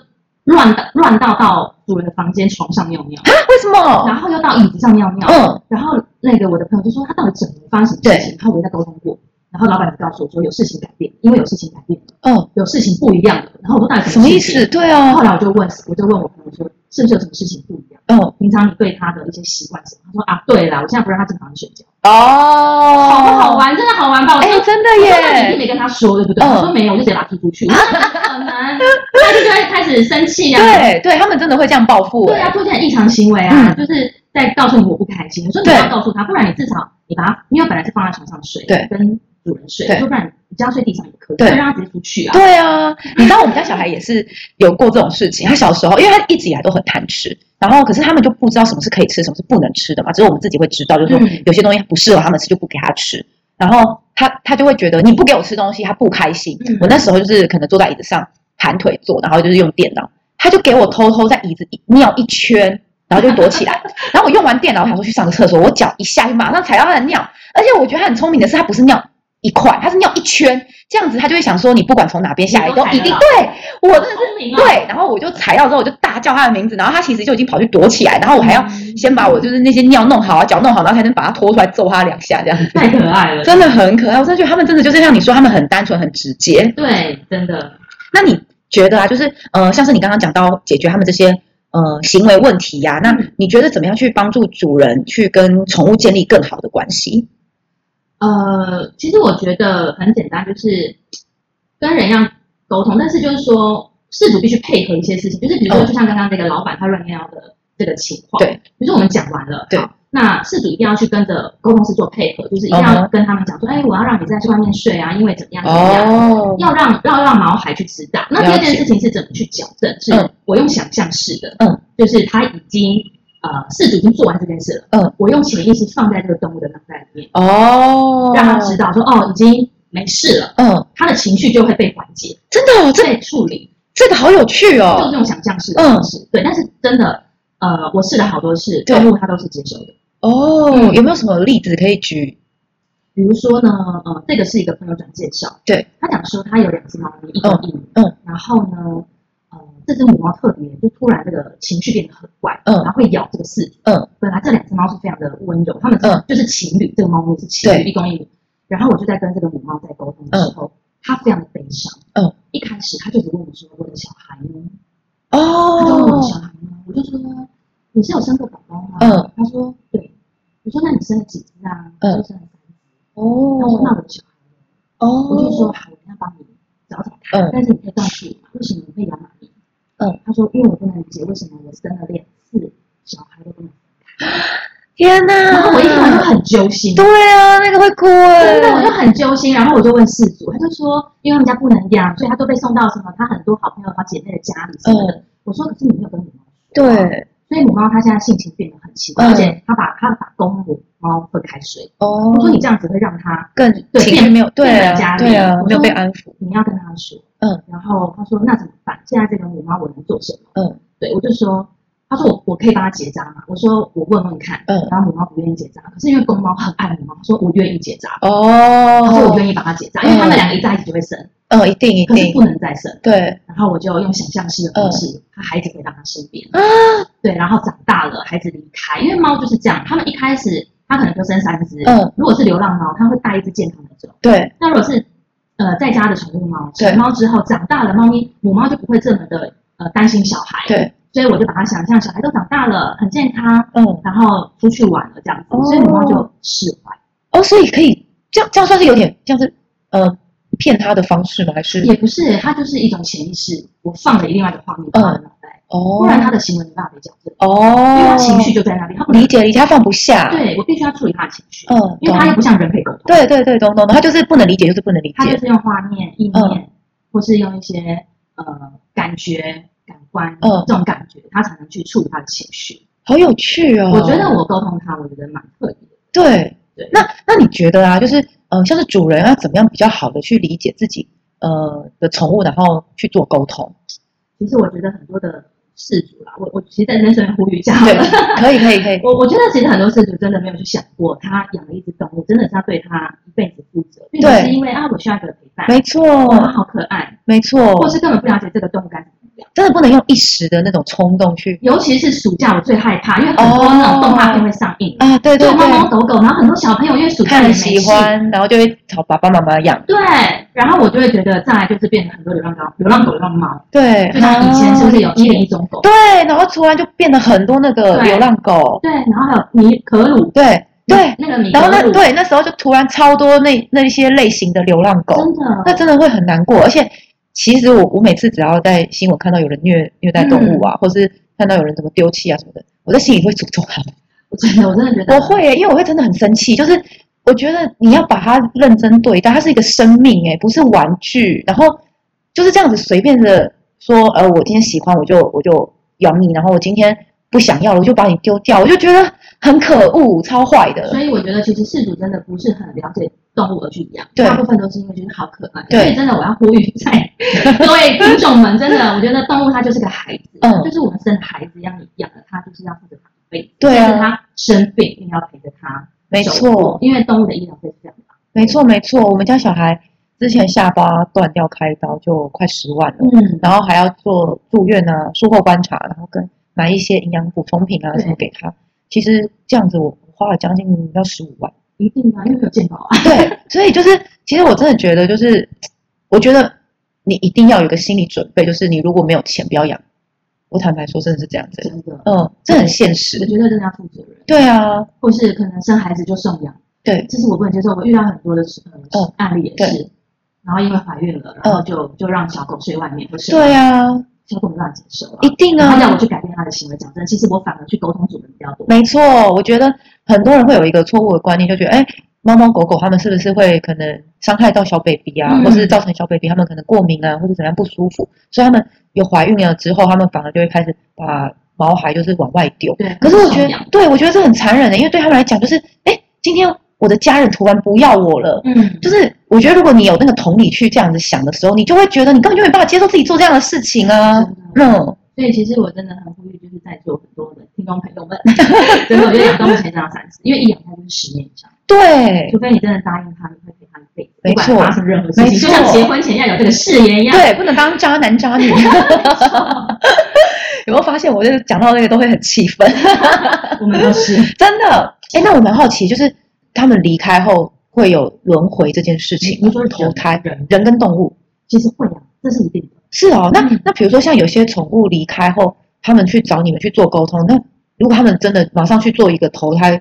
S2: 乱到乱到到主人的房间床上尿尿，
S1: 啊？为什
S2: 然
S1: 么？
S2: 后又到椅子上尿尿，
S1: 嗯，
S2: 然后那个我的朋友就说他到底整个发生什么事情？然后我跟他沟通过，然后老板就告诉我说有事情改变，因为有事情改变了，
S1: 嗯，
S2: 有事情不一样了。然后我说到底
S1: 什么意
S2: 事情
S1: 思？？对
S2: 然
S1: 啊，
S2: 后后来我就问，我就问我朋友说是不是有什么事情不一样？
S1: 嗯，
S2: 平常你对他的一些习惯是什么？他说啊，对啦，我现在不让他正常睡觉，
S1: 哦，
S2: 好不好？玩？真的好玩吧？我
S1: 哎
S2: 说、，
S1: 真的
S2: 我说那你一
S1: 耶
S2: 定！没跟他说，对不对？
S1: 嗯
S2: 我说没有，我就直接把他踢出去。我 (laughs) 说怎么可能？他就会开始生气啊，
S1: 对对，他们真的会这样报复、
S2: 对
S1: 哎
S2: 啊，做一些异常行为啊，就是在告诉你我不开心。我说你
S1: 对
S2: 要告诉他，不然你至少你把他，因为本来是放在床上睡，
S1: 对
S2: 跟主人睡，
S1: 对
S2: 说不然你这样睡地上也可以，
S1: 对
S2: 就让他直接出去啊。
S1: 对啊，你知道我们家小孩也是有过这种事情。他小时候，因为他一直以来都很贪吃，然后可是他们就不知道什么是可以吃，什么是不能吃的嘛。只有我们自己会知道，就是说
S2: 嗯
S1: 有些东西不适合他们吃，就不给他吃。然后他他就会觉得你不给我吃东西，他不开心。
S2: 嗯
S1: 我那时候就是可能坐在椅子上盘腿坐，然后就是用电脑，他就给我偷偷在椅子里尿一圈。然后就躲起
S2: (laughs)
S1: 来，然后我用完电脑，我想说去上个厕所，我脚一下就马上踩到他的尿，而且我觉得他很聪明的是，他不是尿一块，他是尿一圈，这样子他就会想说，你不管从哪边下来
S2: 你都
S1: 都
S2: 踩
S1: 一
S2: 得
S1: 定
S2: 到
S1: 对我
S2: 好
S1: 真的
S2: 聪明哦，
S1: 对，然后我就踩到之后，我就大叫他的名字，然后他其实就已经跑去躲起来，然后我还要
S2: 嗯
S1: 先把我就是那些尿弄好啊，脚弄好，然后才能把他拖出来揍他两下，这样子 (laughs)
S2: 太可爱了。
S1: 真的很可爱。我真的觉得他们真的就是像你说，他们很单纯、很直接。
S2: 对，真的，
S1: 那你觉得啊，就是呃，像是你刚刚讲到解决他们这些呃行为问题呀、那
S2: 嗯
S1: 你觉得怎么样去帮助主人去跟宠物建立更好的关系？
S2: 呃，其实我觉得很简单，就是跟人一样沟通，但是就是说，事主必须配合一些事情，就是比如说，
S1: 嗯
S2: 就像刚刚那个老板他乱尿的这个情况，
S1: 对，
S2: 比如说我们讲完了，
S1: 对
S2: 好，那事主一定要去跟着沟通师做配合，就是一定
S1: 嗯
S2: 要
S1: 哼
S2: 跟他们讲说，哎，我要让你在外面睡啊，因为怎么样怎么
S1: 哦
S2: 样。要让要让毛孩去知道。那第二件事情是怎么去矫正？是
S1: 嗯
S2: 我用想象式的，
S1: 嗯，
S2: 就是他已经呃，事主已经做完这件事了，
S1: 嗯，
S2: 我用潜意识放在这个动物的脑袋里面，
S1: 哦，
S2: 让他知道说哦，已经没事了，
S1: 嗯，
S2: 他的情绪就会被缓解、
S1: 真的、哦，这
S2: 被处理，
S1: 这个好有趣
S2: 就
S1: 哦嗯
S2: 是。用想象式的方式。对，但是真的，呃，我试了好多次，
S1: 对
S2: 动物它都是接受的。
S1: 哦，
S2: 嗯
S1: 有没有什么例子可以举？
S2: 比如说呢，呃，这个是一个朋友转介绍，
S1: 对，
S2: 他讲说他有两只猫咪，一公一母，
S1: 嗯嗯，
S2: 然后呢，呃，这只母猫特别就突然这个情绪变得很怪，
S1: 嗯
S2: 然后会咬这个饲主，
S1: 嗯，
S2: 本来这两只猫是非常的温柔，它们是
S1: 嗯
S2: 就是情侣，这个猫咪是情
S1: 对
S2: 侣，一公一母。然后我就在跟这个母猫在沟通的时候，它非常的悲伤，
S1: 嗯，
S2: 一开始它就只问我说我的小孩呢，他就问我
S1: 哦，
S2: 小孩吗？我就说你是有生个宝宝吗？
S1: 嗯，
S2: 他说对。我说那你生了几只啊？
S1: 嗯
S2: 他就生了三只。他说
S1: 哦，
S2: 那我的小孩呢，
S1: 哦，
S2: 我就说好，我要帮你找找他，
S1: 嗯
S2: 但是你可以告诉我为什么你会养马咪？
S1: 嗯，
S2: 他说因为我不能理解为什么我生了两次小孩都不
S1: 啊
S2: 能。
S1: 天哪！
S2: 然后我一听完就很揪心，
S1: 对啊，那个会哭
S2: 真的我就
S1: 哎，
S2: 很揪心。然后我就问事主，他就说因为他们家不能养，所以他都被送到什么他很多好朋友、好姐妹的家里什么的。
S1: 嗯
S2: 我说可是你没有跟你妈说啊。
S1: 对，
S2: 所以母猫它现在性情变得很奇怪，
S1: 嗯
S2: 而且它把它把公母猫分开睡。
S1: 哦
S2: 我，说你这样子会让它，
S1: 更
S2: 对
S1: 情绪没有，对
S2: 变本
S1: 啊，
S2: 加厉
S1: 对啊
S2: 我，说
S1: 没有被安抚，
S2: 你要跟它说，
S1: 嗯，
S2: 然后他说那怎么办？现在这个母猫我能做什么？
S1: 嗯
S2: 对我就说，他说我我可以帮它结扎吗？我说我问问看，
S1: 嗯，
S2: 然后母猫不愿意结扎，可是因为公猫很爱母猫，它说我愿意结扎，他说我
S1: 哦，
S2: 愿意帮它结扎，因为
S1: 嗯
S2: 它们两个一在一起就会生，
S1: 嗯，一定一
S2: 可是
S1: 定，
S2: 不能再生。
S1: 对嗯
S2: 然后我就用想象式的方式，它孩子回到他身边，
S1: 啊，
S2: 对，然后长大了，孩子离开，因为猫就是这样，它们一开始它可能就生三只，
S1: 嗯，
S2: 如果是流浪猫，它会带一只健康的走；
S1: 对
S2: 那如果是呃在家的宠物猫，
S1: 对
S2: 成猫之后长大了，猫咪母猫就不会这么的呃担心小孩，，
S1: 对，
S2: 所以我就把它想象小孩都长大了，很健康，
S1: 嗯，
S2: 然后出去玩了这样子，
S1: 哦
S2: 所以母猫就释怀，
S1: 哦，所以可以这样，这样算是有点像是呃骗他的方式吗？还是
S2: 也不是它就是一种潜意识，我放了另外的画面到它的脑袋，
S1: 哦
S2: 不然它的行为没办法被矫正，因
S1: 哦
S2: 为它情绪就在那里，它不能
S1: 理解理解，他放不下，
S2: 对我必须要处理它的情绪，
S1: 嗯，
S2: 因为它又
S1: 懂
S2: 不像人可以沟通。
S1: 对对对，懂懂懂，他就是不能理解，就是不能理
S2: 他就
S1: 解，
S2: 是用画面、意念，
S1: 嗯
S2: 或是用一些呃感觉、感官，
S1: 嗯
S2: 这种感觉，他才能去处理他的情绪。
S1: 好有趣哦，
S2: 我觉得我沟通他，我觉得蛮特别的。
S1: 对
S2: 对，
S1: 那那你觉得啊，就是呃，像是主人要怎么样比较好的去理解自己呃的宠物，然后去做沟通？
S2: 其实我觉得很多的事主啦，我我其实在人生呼吁一下好
S1: 对
S2: 了，
S1: 可以可以可以，
S2: (laughs) 我我觉得其实很多事主真的没有去想过，他养了一只动物，真的是要对他一辈子负责，并不
S1: 对
S2: 是因为啊我需要一个陪伴，
S1: 没错
S2: 哇它好可爱，
S1: 没错，
S2: 或是根本不了解这个动物该怎么养。
S1: 真的不能用一时的那种冲动去
S2: 尤其是暑假，我最害怕，因为很多那种动画片会上映，
S1: 哦啊，对对
S2: 对猫猫
S1: 对，
S2: 狗狗，然后很多小朋友因为暑假
S1: 看了
S2: 也没
S1: 喜
S2: 事，
S1: 欢，然后就会找爸爸妈妈养，
S2: 对，然后我就会觉得再来就是变成很多流浪狗、流浪狗、流浪猫，
S1: 对，
S2: 就像以前是不是有
S1: 啊
S2: 一零一种狗？
S1: 对，然后突然就变得很多那个
S2: 对
S1: 流浪狗，
S2: 对，然后还有米可鲁，
S1: 对对，
S2: 那个米
S1: 然
S2: 可
S1: 后那
S2: 鲁，
S1: 对那时候就突然超多那那一些类型的流浪狗，
S2: 真的，
S1: 那真的会很难过。而且，其实我我每次只要在新闻看到有人虐虐待动物啊，或是看到有人怎么丢弃啊什么的，我在心里会诅咒他们。
S2: 我真的我真的觉得
S1: 我会耶、因为我会真的很生气。就是我觉得你要把它认真对待，它是一个生命哎、不是玩具。然后就是这样子随便的说，呃，我今天喜欢我就我就养你，然后我今天不想要了我就把你丢掉，我就觉得很可恶，超坏的
S2: 所。以我觉得其实事主真的不是很了解动物而去养，
S1: 对
S2: 大部分都是因为觉得好可爱。
S1: 对
S2: 所以真的我要呼吁在 (laughs) 各位听众们，真的我觉得动物它就是个孩子，
S1: 嗯
S2: 就是我们生的孩子一样，你养了它就是要负责它一辈子，
S1: 对啊
S2: 甚至它生病你要陪着它。
S1: 没
S2: 走
S1: 错
S2: 过，因为动物的医疗费是这样的。
S1: 没错，没错。我们家小孩之前下巴断掉开刀就快十万了。
S2: 嗯，
S1: 然后还要做住院啊、术后观察，然后跟买一些营养补充品啊
S2: 对
S1: 什么给他。其实这样子我花了将近要十五
S2: (laughs)
S1: 万。
S2: 一定啊，因为没有健保啊。
S1: 对，所以就是其实我真的觉得就是，我觉得你一定要有一个心理准备，就是你如果没有钱不要养。我坦白说，真的是这样子。
S2: 真
S1: (laughs)
S2: 的，
S1: 嗯，这很现
S2: 我
S1: 实。
S2: 觉得真的要负责任。
S1: 对啊，
S2: 或是可能生孩子就送养，
S1: 对
S2: 这是我不能接受。我遇到很多的呃、
S1: 嗯
S2: 案例也是，然后因为怀孕了，然后就、就让小狗睡外面，不是
S1: 对啊，
S2: 小狗没办法接受啊。
S1: 一定
S2: 然后要
S1: 啊
S2: 我。去改变他的行为，讲真，其实我反而去沟通主人比较多。
S1: 没错，我觉得很多人会有一个错误的观念，就觉得哎，猫猫狗狗它们是不是会可能伤害到小 baby 啊，
S2: 嗯
S1: 或是造成小 baby 它们可能过敏啊，或者怎样不舒服，所以它们有怀孕了之后，它们反而就会开始把毛孩就是往外丢。
S2: 对，
S1: 可是我觉
S2: 送
S1: 得
S2: 养，
S1: 对我觉得这很残忍的，因为对他们来讲就是，哎，今天我的家人突然不要我了。
S2: 嗯，
S1: 就是我觉得，如果你有那个同理去这样子想的时候，你就会觉得你根本就没办法接受自己做这样的事情啊。
S2: 真的
S1: 嗯，
S2: 所以其实我真的很呼吁，就是在座很多的听众朋友们， (laughs) 真的，我觉得养动物前真的要三思，因为一养它就是十年以上，
S1: 对
S2: 除非你真的答应它，你会陪它一辈子。不管
S1: 没错
S2: 发生任何事
S1: 没
S2: 情，
S1: 错
S2: 就像结婚前要有这个誓言一样。
S1: 对，不能当渣男渣
S2: (laughs)
S1: 女。有没有发现，我就是讲到这个都会很气愤，
S2: 我们都是
S1: 真的。哎，那我蛮好奇，就是他们离开后会有轮回这件事情吗，
S2: (laughs) 你说 (laughs) 人
S1: 投胎
S2: 人
S1: 人跟动物
S2: 其实会啊，这是一定的。
S1: 是哦。那
S2: 嗯
S1: 那比如说像有些宠物离开后，他们去找你们去做沟通，那如果他们真的马上去做一个投胎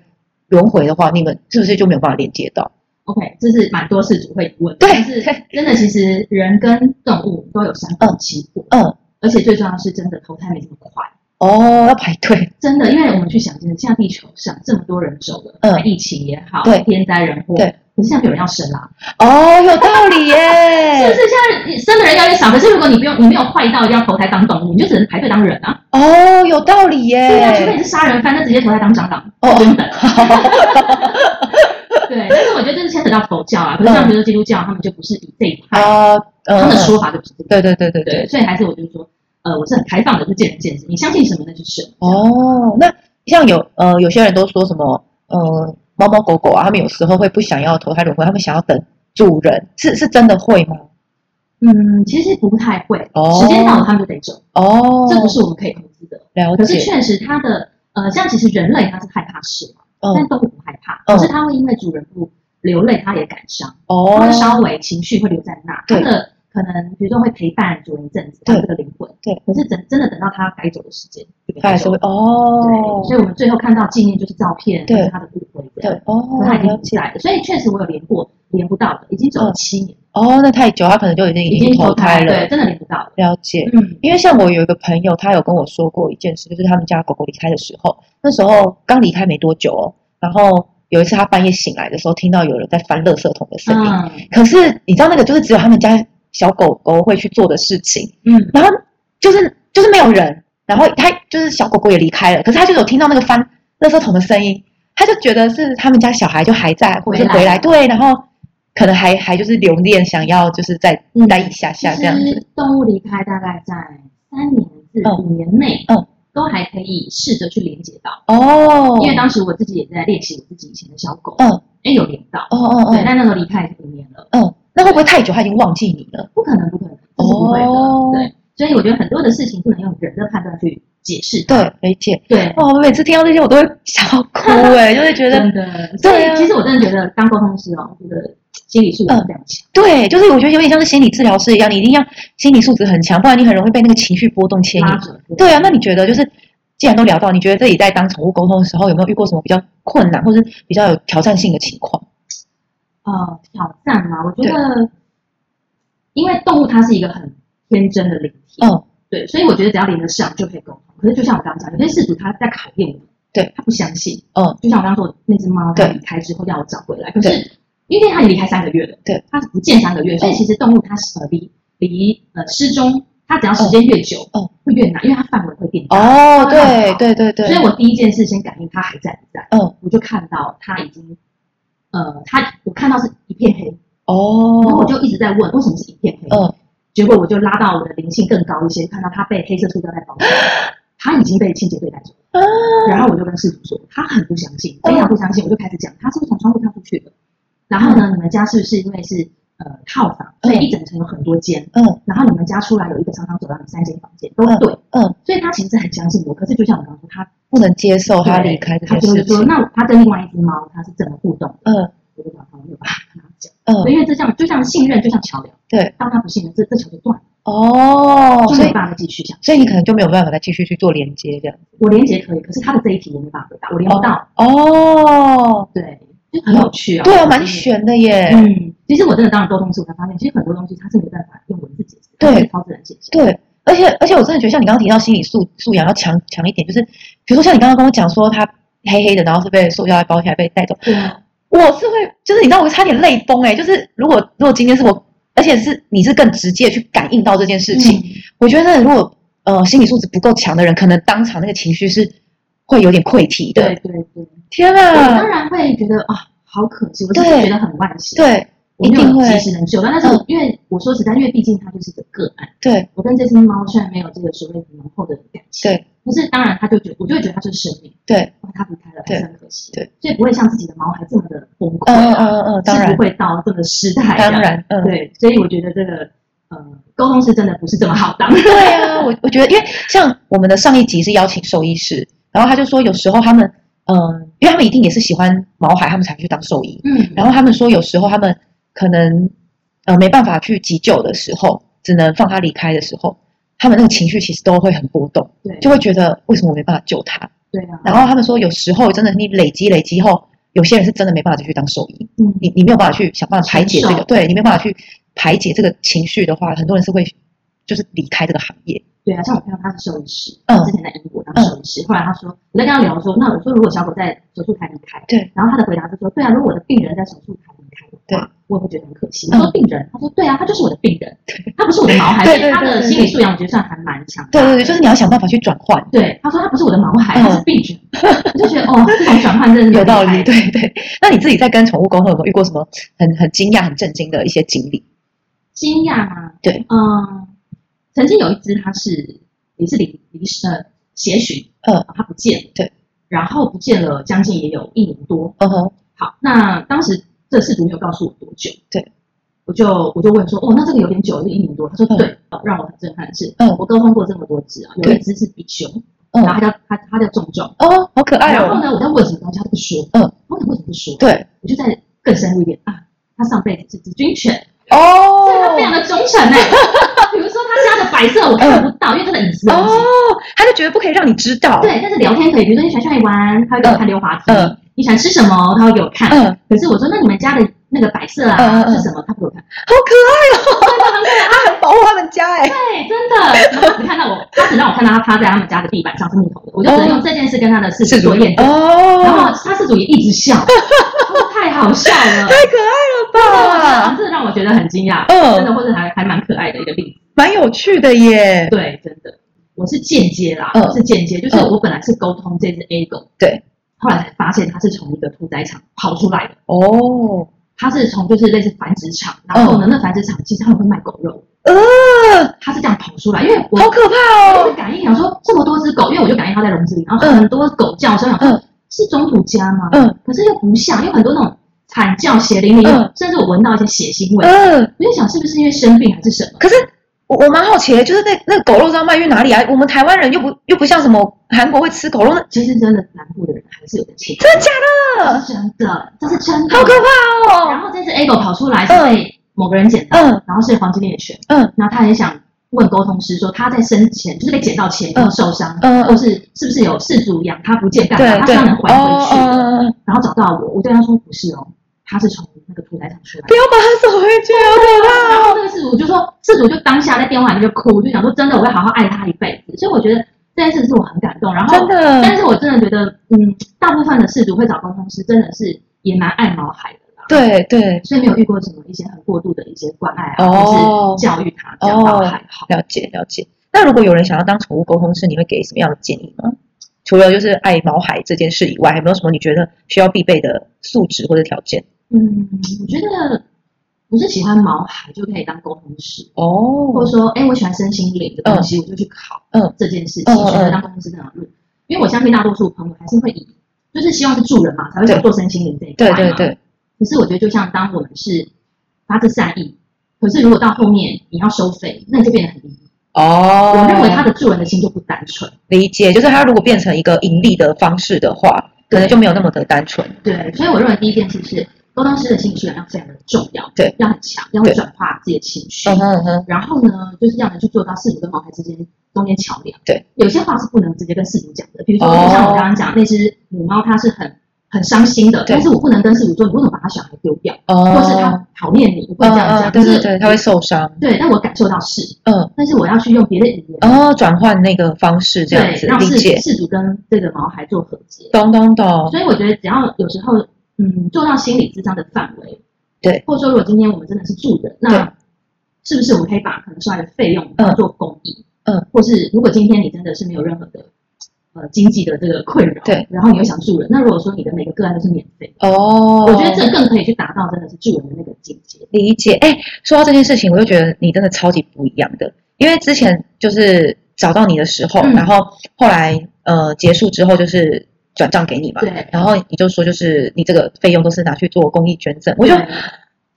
S1: 轮回的话，你们是不是就没有办法连接到？
S2: OK，这是蛮多事主会问，
S1: 对
S2: 但是真的，其实人跟动物都有相关期过，
S1: 嗯，
S2: 而且最重要的是，真的投胎没这么快，
S1: 哦，要排队，
S2: 真的，因为我们去想，真的像地球上这么多人走了，
S1: 嗯
S2: 疫情也好，
S1: 对
S2: 天灾人祸，
S1: 对，
S2: 可是现在没有人要生啦、
S1: 哦，有道理
S2: 是不 (laughs)
S1: 耶，
S2: 是？现在生的人越来越少，可是如果你不用，你没有坏到要投胎当动物，你就只能排队当人啊，
S1: 哦，有道理耶，
S2: 对啊，除非你是杀人犯，那直接投胎当蟑螂，
S1: 哦
S2: 真的。 (laughs) 对，但是我觉得这是牵扯到佛教啊，可是像比如说基督教，他们就不是以这一派，
S1: 啊，呃
S2: 他们的说法就不是这个。
S1: 对对对对
S2: 对，
S1: 对，
S2: 所以还是我就是说，呃，我是很开放的，是见仁见智，你相信什么那就是什么。
S1: 哦，那像有呃有些人都说什么呃猫猫狗狗啊，他们有时候会不想要投胎轮回，他们想要等主人，是是真的会吗？
S2: 嗯，其实不太会，
S1: 哦
S2: 时间到了他们就得走，
S1: 哦，
S2: 这不是我们可以控制的。
S1: 了
S2: 可是
S1: 解，
S2: 确实，它的呃，像其实人类它是害怕死亡，但
S1: 嗯
S2: 动物不害怕，
S1: 嗯
S2: 可是它会因为主人不流泪，它也感伤，它
S1: 哦
S2: 会，稍微情绪会留在那，它
S1: 对
S2: 的可能比如说会陪伴主人一阵子，
S1: 对
S2: 它这个灵魂。
S1: 对，
S2: 可是真真的等到它该走的时间，就给
S1: 他
S2: 它
S1: 还是
S2: 走
S1: 会
S2: 了。
S1: 哦
S2: 对，，所以我们最后看到纪念就是照片，
S1: 对
S2: 就是它的骨灰这样。
S1: 对哦，
S2: 他已经
S1: 了
S2: 不
S1: 解
S2: 在了，所以确实我有连过，连不到的，已经走了七年，
S1: 哦，那太久，他可能就已经
S2: 已
S1: 经
S2: 经
S1: 投
S2: 投
S1: 胎
S2: 了，对，
S1: 了，
S2: 真的连不到了。
S1: 了解。
S2: 嗯，
S1: 因为像我有一个朋友，他有跟我说过一件事，就是他们家狗狗离开的时候，那时候刚离开没多久哦，然后有一次他半夜醒来的时候，听到有人在翻垃圾桶的声音，
S2: 嗯
S1: 可是你知道那个就是只有他们家小狗狗会去做的事情，
S2: 嗯，
S1: 然后就是就是没有人，然后他就是小狗狗也离开了，可是他就有听到那个翻垃圾桶的声音，他就觉得是他们家小孩就还在，或者是回
S2: 回
S1: 来，
S2: 来
S1: 对，然后可能还还就是留恋，想要就是再
S2: 嗯
S1: 待一下下这样
S2: 其
S1: 子，
S2: 实动物离开大概在三年至
S1: 嗯
S2: 五年内，
S1: 嗯，
S2: 都还可以试着去连接到，
S1: 哦，
S2: (laughs) 因为当时我自己也在练习我自己以前的小狗，
S1: 嗯，
S2: 哎，有连到，
S1: 哦哦
S2: 对，
S1: 哦，
S2: 但那个离开已经五年了，
S1: 嗯，那会不会太久他已经忘记你了？
S2: 不可能，不可能，这是不会
S1: 哦
S2: 的，对，所以我觉得很多的事情不能用人的判断去解释它，
S1: 对，理解。
S2: 对，
S1: 哦，我每次听到这些我都会想要
S2: (laughs)
S1: 哭哎、就会觉得
S2: 真的，所
S1: 对啊嗯
S2: 以其实我真的觉得当沟通师哦，我觉得心理素质非常强。
S1: 对，就是我觉得有点像是心理治疗师一样，你一定要心理素质很强，不然你很容易被那个情绪波动牵引
S2: 拉。扯。
S1: 对啊，那你觉得就是既然都聊到，你觉得自己在当宠物沟通的时候有没有遇过什么比较困难或是比较有挑战性的情况？
S2: 呃，挑战嘛，我觉得，因为动物它是一个很天真的灵体，
S1: 嗯，
S2: 对，所以我觉得只要连得上就可以沟通。可是就像我刚刚讲，有些事主他在考验我，
S1: 对，
S2: 他不相信，
S1: 嗯，
S2: 就像我刚刚说那只猫，它
S1: 对
S2: 离开之后要我找回来，可是因为它也离开三个月了，
S1: 对，嗯
S2: 它不见三个月，所以其实动物它是呃离离呃失踪，它只要时间越久，
S1: 嗯嗯
S2: 会越难，因为它范围会变大。
S1: 哦，对
S2: 对
S1: 对对对，
S2: 所以我第一件事先感应它还在不在，
S1: 嗯，
S2: 我就看到它已经，呃，它我看到是一片黑，然后我
S1: 哦，
S2: 就一直在问为什么是一片黑，
S1: 嗯，
S2: 结果我就拉到我的灵性更高一些，看到它被黑色塑胶袋包住，
S1: (laughs)
S2: 它已经被清洁队带走了。
S1: 啊，
S2: 然后我就跟事主说，他很不相信，非常不相信，我就开始讲，他是不是从窗户跳出去的？然后
S1: 嗯
S2: 呢，你们家是不是因为是呃套房，所以一整层有很多间，
S1: 嗯
S2: 然后你们家出来有一个长长走廊，有三间房间都对，
S1: 嗯，
S2: 所以他其实是很相信我，可是就像我刚刚说，他
S1: 不能接受他离开这
S2: 他
S1: 件
S2: 就
S1: 事
S2: 是说，
S1: 情。
S2: 那他跟另外一只猫，他是怎么互动的？
S1: 嗯
S2: 我就讲他没有办法跟他讲，
S1: 嗯，
S2: 因为这像就像信任，就像桥梁，
S1: 对，
S2: 当他不信任，这这桥就断了，
S1: 哦，
S2: 就
S1: 所
S2: 没
S1: 以
S2: 有办法继续讲。
S1: 所以你可能就没有办法再继续去做连接这样。
S2: 我连接可以，可是他的这一题我没办法回答，我连不到，
S1: 哦，
S2: 对，就很有趣啊。
S1: 对啊，
S2: 就是
S1: 蛮。悬的耶。
S2: 嗯，其实我真的当了沟通师，我才发现，其实很多东西它是没办法用文字解释，它
S1: 对
S2: 是超自然现象。
S1: 对，而且而且我真的觉得，像你刚刚提到心理素素养要强强一点，就是比如说像你刚刚跟我讲说他黑黑的，然后是被塑胶袋包起来被带走，
S2: 对啊，
S1: 我是会就是你知道我差点泪崩哎、就是如果如果今天是我，而且是你是更直接去感应到这件事情，
S2: 嗯
S1: 我觉得如果呃心理素质不够强的人，可能当场那个情绪是会有点溃堤的。
S2: 对对对，我
S1: 天
S2: 当
S1: 啊，
S2: 然会觉得啊，好可惜，我真的
S1: 对
S2: 觉得很惋惜。
S1: 对
S2: 我没有
S1: 一定会嗯
S2: 及时能救到。但是我因为我说实在，因为毕竟它就是个个案，
S1: 对
S2: 我跟这只猫虽然没有这个所谓浓厚的感情，
S1: 对，
S2: 可是当然它就觉得，我就会觉得它就是生命，
S1: 对，
S2: 哇它离开了还
S1: 对
S2: 是很可惜，
S1: 对，
S2: 所以不会像自己的毛孩这么的崩溃
S1: 嗯嗯
S2: 啊，
S1: 嗯嗯，当
S2: 是
S1: 然
S2: 不会到这么失态的，
S1: 当然，嗯，
S2: 对，所以我觉得这个呃沟通是真的不是这么好当，
S1: 对啊，我我觉得，因为像我们的上一集是邀请兽医师，然后他就说，有时候他们，嗯、因为他们一定也是喜欢毛孩，他们才去当兽医。
S2: 嗯
S1: 然后他们说，有时候他们可能呃没办法去急救的时候，只能放他离开的时候，他们那个情绪其实都会很波动，
S2: 对
S1: 就会觉得为什么我没办法救他？
S2: 对啊，
S1: 然后他们说，有时候真的你累积累积后，有些人是真的没办法再去当兽医。
S2: 嗯
S1: 你你没有办法去想办法排解这
S2: 承
S1: 个，
S2: 受
S1: 对你没有办法去排解这个情绪的话，很多人是会就是离开这个行业。
S2: 对啊，像我朋友他是兽医师，
S1: 嗯
S2: 之前在英国当兽医师，后来他说，我在跟他聊说，那我说如果小狗在手术台离开，
S1: 对，
S2: 然后他的回答是说，对啊，如果我的病人在手术台离开的话，我也会觉得很可惜。我
S1: 嗯
S2: 说病人，他说对啊，他就是我的病人，他不是我的毛孩，
S1: 对
S2: 所以他
S1: 对对
S2: 的
S1: 对
S2: 心理素养我觉得算还蛮强大
S1: 对
S2: 的。
S1: 对对，就是你要想办法去转换，
S2: 对，他说他不是我的毛孩，
S1: 嗯
S2: 他是病人， (laughs) 我就觉得哦，这种转换真的是
S1: 有道
S2: 蛮厉
S1: 理。
S2: 害的。
S1: (laughs) 对对，那你自己在跟宠物沟通有没有遇过什么很很惊讶、很震惊的一些经历？
S2: 惊讶吗？
S1: 对，
S2: 嗯，曾经有一只它是也是离离世呃协寻，
S1: 嗯，
S2: 它不见了，
S1: 对，
S2: 然后不见了将近也有一年多，
S1: 嗯哼，
S2: 好，那当时这事主没有告诉我多久，
S1: 对，
S2: 我就我就问说，哦，那这个有点久，这个一年多，他说
S1: 嗯
S2: 对，哦让我很震撼的是，
S1: 嗯
S2: 我沟通过这么多只啊，有
S1: 对
S2: 一只是比熊，
S1: 嗯
S2: 然后它叫它它叫重重，
S1: 哦，好可爱
S2: 然后
S1: 哦。
S2: 呢，我在问什么东西，它都不说，
S1: 嗯，
S2: 我想为什么不说？，
S1: 对
S2: 我就再更深入一点啊，它上辈子是只军犬，
S1: 哦
S2: 对它非常的忠诚哎、
S1: (laughs)
S2: 比如说它家的摆设我看不到，因为它的隐私的问题
S1: 哦，他就觉得不可以让你知道。
S2: 对，但是聊天可以，比如说你喜欢去哪里玩，他会给我看溜滑梯；
S1: 嗯
S2: 你喜欢吃什么，他会给我看。
S1: 嗯
S2: 可是我说，那你们家的那个摆设啊、
S1: 嗯嗯嗯
S2: 是什么？他不给我看。
S1: 好可爱哦， (laughs) 他很保护他们家哎。
S2: 对，真的，然后只看到我，他只让我看到他趴在他们家的地板上是木头的，我就只能用这件事跟他的事主做验证。然后
S1: 哦，
S2: 他事主也一直笑，他说太好
S1: (laughs)
S2: 笑
S1: 太
S2: 了，
S1: 可爱了吧？
S2: 这让我觉得很惊讶。真的，
S1: 嗯，
S2: 或者还还蛮可爱的一个例子。
S1: 蛮有趣的耶。
S2: 对，真的，我是间接啦，
S1: 嗯
S2: 是间接，就是
S1: 嗯
S2: 我本来是沟通这只 A 狗，
S1: 对，
S2: 后来才发现它是从一个屠宰场跑出来的，
S1: 哦，
S2: 它是从就是类似繁殖场，然后呢，
S1: 嗯
S2: 那繁殖场其实他们会卖狗肉，
S1: 呃，
S2: 它是这样跑出来，因为我
S1: 好可怕
S2: 我
S1: 哦！
S2: 就感应想说这么多只狗，因为我就感应它在笼子里，然后
S1: 嗯
S2: 很多狗叫声，
S1: 嗯
S2: 嗯，是中途家吗？
S1: 嗯，
S2: 可是又不像，有很多那种惨叫血淋淋，
S1: 嗯
S2: 甚至我闻到一些血腥味，
S1: 呃，
S2: 我就想是不是因为生病还是什么？
S1: 可是我我蛮好奇的，就是那那狗肉是要卖去哪里啊？我们台湾人又不又不像什么韩国会吃狗肉，那
S2: 其实真的南部的人还是有的情况。
S1: 真的假的？
S2: 是真的，这是真的。
S1: 嗯好可怕
S2: 然
S1: 哦！
S2: 后这次 A 狗跑出来是被某个人捡到，
S1: 嗯
S2: 然后是黄金猎犬，
S1: 嗯，
S2: 然后他很想问沟通师说他在生前就是被捡到前有没有受伤，
S1: 嗯嗯
S2: 或是是不是有事主养他不见干嘛，
S1: 对对，
S2: 他这样能还回去的，
S1: 哦，
S2: 然后找到我，我对他说不是哦，他是从那个屠宰场出来
S1: 不。要把它送回去，好可
S2: 然
S1: 怕
S2: 后
S1: 哦！
S2: 那个事主就说，事主就当下在电话里面就哭，我就想说真的，我会好好爱他一辈子。所以我觉得这件事是我很感动，然后
S1: 真的，
S2: 但是我真的觉得，嗯，大部分的事主会找沟通师，真的是也蛮爱毛孩的啦。
S1: 对对，
S2: 所以没有遇过什么一些很过度的一些关爱啊，
S1: 哦
S2: 或是教育他这样倒还好。
S1: 了解了解。那如果有人想要当宠物沟通师，你会给什么样的建议吗？除了就是爱毛孩这件事以外，还有没有什么你觉得需要必备的素质或者条件？
S2: 嗯，我觉得不是喜欢毛孩就可以当沟通师，或
S1: 哦
S2: 者说，哎，我喜欢身心灵的东西，我就去考
S1: 嗯
S2: 这件事
S1: 嗯
S2: 情，
S1: 嗯嗯
S2: 选择当沟通师这条路。因为我相信大多数朋友还是会以，就是希望是助人嘛，才会想做身心灵这一块
S1: 对
S2: 嘛。
S1: 对对，
S2: 可是我觉得，就像当我们是发自善意，可是如果到后面你要收费，那你就变得很低。
S1: 哦，
S2: 我认为他的助人的心就不单纯。
S1: 理解，就是它如果变成一个盈利的方式的话，可能就没有那么的单纯。
S2: 对，所以我认为第一件事是沟通师的心理素养要非常的重要，
S1: 对，
S2: 要很强，要会
S1: 对
S2: 转化自己的情绪。
S1: 嗯哼嗯哼，
S2: 然后呢，就是要能去做到事主跟毛孩之间中间桥梁。
S1: 对，
S2: 有些话是不能直接跟事主讲的，比如说
S1: 哦
S2: 就像我刚刚讲，那只母猫它是很很伤心的，
S1: 对
S2: 但是我不能跟事主说你为什么把它小孩丢掉，或是
S1: 哦，
S2: 它讨厌你，我不
S1: 嗯
S2: 能这样
S1: 嗯，
S2: 讲。
S1: 对
S2: 就
S1: 对
S2: 是
S1: 对，它会受伤。
S2: 对，但我感受到是，
S1: 嗯，
S2: 但是我要去用别的语言，
S1: 哦，转换那个方式这样
S2: 对，
S1: 子，
S2: 让
S1: 理
S2: 事
S1: 解，
S2: 事主跟这个毛孩做和解。
S1: 懂懂懂，
S2: 所以我觉得，只要有时候，嗯，做到心理智障的范围，
S1: 对，
S2: 或者说，如果今天我们真的是助人，
S1: 对
S2: 那是不是我们可以把可能出来的费用
S1: 嗯
S2: 做公益？
S1: 嗯，
S2: 或是如果今天你真的是没有任何的呃经济的这个困扰，
S1: 对，
S2: 然后你又想助人，那如果说你的每个个案都是免费，
S1: 哦，
S2: 我觉得这更可以去达到真的是助人的那个境界。
S1: 理解。哎，说到这件事情，我就觉得你真的超级不一样的，因为之前就是找到你的时候，
S2: 嗯
S1: 然后后来呃结束之后就是转账给你嘛，
S2: 对，
S1: 然后你就说就是你这个费用都是拿去做公益捐赠，我就
S2: 对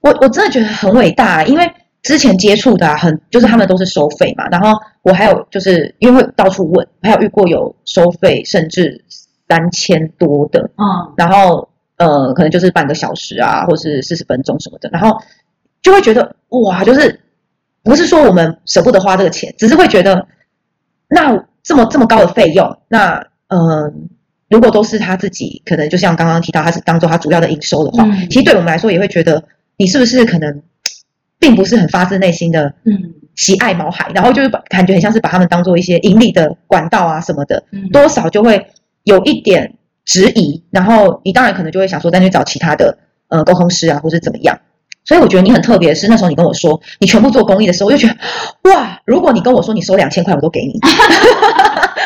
S1: 我我真的觉得很伟大，啊因为之前接触的、啊、很就是他们都是收费嘛，然后我还有就是因为到处问，还有遇过有收费甚至三千多的，
S2: 嗯，
S1: 然后呃，可能就是半个小时啊，或是四十分钟什么的，然后就会觉得哇，就是不是说我们舍不得花这个钱，只是会觉得那这么这么高的费用，那呃，如果都是他自己，可能就像刚刚提到，他是当做他主要的营收的话，
S2: 嗯
S1: 其实对我们来说也会觉得你是不是可能并不是很发自内心的
S2: 嗯
S1: 喜爱毛孩，然后就是把感觉很像是把他们当做一些盈利的管道啊什么的，
S2: 嗯，
S1: 多少就会有一点质疑，然后你当然可能就会想说再去找其他的呃沟通师啊，或是怎么样。所以我觉得你很特别的是，那时候你跟我说你全部做公益的时候，我就觉得哇，如果你跟我说你收两千块，我都
S2: (laughs)
S1: 给你。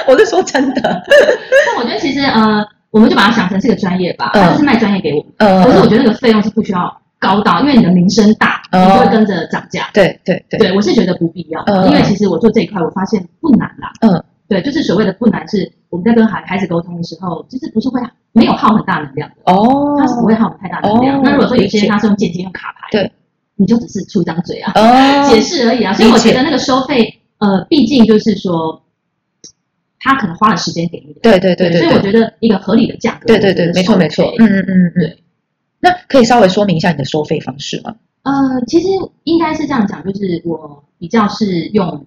S1: 我是说真的，
S2: 但我觉得其实呃，我们就把它想成是个专业吧，
S1: 嗯
S2: 它就是卖专业给我们。
S1: 呃
S2: 可，是我觉得那个费用是不需要高到，因为你的名声大，你就会
S1: 哦
S2: 跟着涨价。
S1: 对对对，
S2: 对，我是觉得不必要的，
S1: 嗯
S2: 因为其实我做这一块，我发现不难啦。
S1: 嗯，
S2: 对，就是所谓的不难是，我们在跟孩孩子沟通的时候，就是不是会没有耗很大能量的，
S1: 哦，
S2: 他是不会耗很太大能量。
S1: 哦
S2: 那如果说有
S1: 理
S2: 些
S1: 解
S2: 人他是用间接用卡牌，
S1: 对，
S2: 你就只是出一张嘴啊，
S1: 哦，
S2: 解释而已啊。所以
S1: 理
S2: 我觉
S1: 解
S2: 得那个收费，呃，毕竟就是说，他可能花了时间给你的，
S1: 对对对对
S2: 所以我
S1: 对
S2: 觉得一个合理的价格，
S1: 对对对，没错没错，嗯嗯嗯嗯
S2: 对。
S1: 那可以稍微说明一下你的收费方式吗？
S2: 呃，其实应该是这样讲，就是我比较是用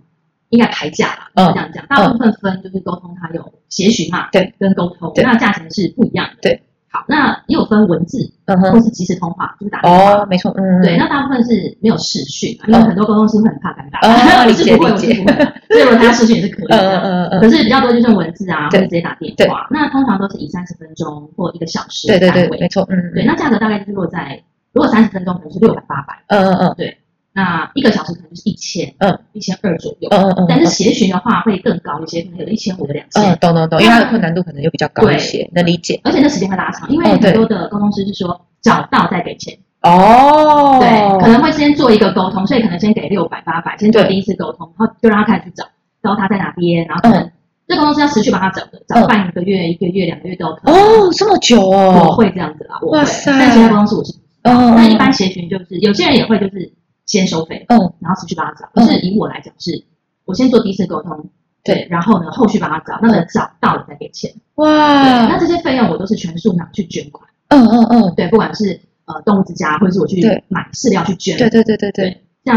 S2: 应该抬价吧，
S1: 嗯
S2: 这样讲。大部分分就是沟通，它有协询嘛，
S1: 对，
S2: 跟沟通，
S1: 对
S2: 那价钱是不一样的。
S1: 对，
S2: 好，那也有分文字
S1: 嗯
S2: 或
S1: 哼，
S2: 是即时通话，就是打电话。
S1: 哦，没错，嗯，
S2: 对，那大部分是没有视讯嘛，因为
S1: 嗯
S2: 很多沟通师会很怕尴尬，
S1: 哦
S2: 我是 (laughs) 不会，
S1: 理
S2: 我
S1: 解
S2: 是不会，所以如果他要视讯也是可以
S1: 嗯嗯
S2: 的。
S1: 嗯嗯，
S2: 可是比较多就是用文字啊，或
S1: 对
S2: 者直接打电话。那通常都是以三十分钟或一个小时
S1: 对对
S2: 单
S1: 对，
S2: 位
S1: 没。错，嗯，
S2: 对，那价格大概就是落在，如果三十分钟可能是六百八百。
S1: 嗯嗯嗯
S2: 那一个小时可能就是一千，
S1: 嗯，
S2: 一千二左右。
S1: 嗯嗯嗯，
S2: 但是协询的话会更高一些，可能有一千五的两
S1: 嗯，
S2: 千，
S1: 懂懂懂，因为它的困难度可能又比较高一些，能理解。
S2: 而且那时间会拉长，因为
S1: 哦对
S2: 很多的沟通师是说找到再给钱，
S1: 哦，
S2: 对，可能会先做一个沟通，所以可能先给六百八百，先做
S1: 对
S2: 第一次沟通，然后就让他开始去找，然后他在哪边，然后可能这沟通师要持续帮他找的，找
S1: 嗯
S2: 半个月、一个月、两个月都有可能。
S1: 哦，这么久
S2: 我
S1: 哦，
S2: 会这样子啦，我会
S1: 哇塞，
S2: 但其他沟通师我是不，
S1: 嗯
S2: 那一般协询就是有些人也会就是先收费，
S1: 嗯
S2: 然后持续帮他找。可是以我来讲是，我先做第一次沟通，
S1: 对，
S2: 然后呢后续帮他找，那个找到了再给钱。那
S1: 哇，
S2: 这些费用我都是全数拿去捐款，
S1: 嗯嗯嗯，
S2: 对，不管是呃动物之家，或者是我去
S1: 对
S2: 买饲料去捐，
S1: 对对对对对，
S2: 像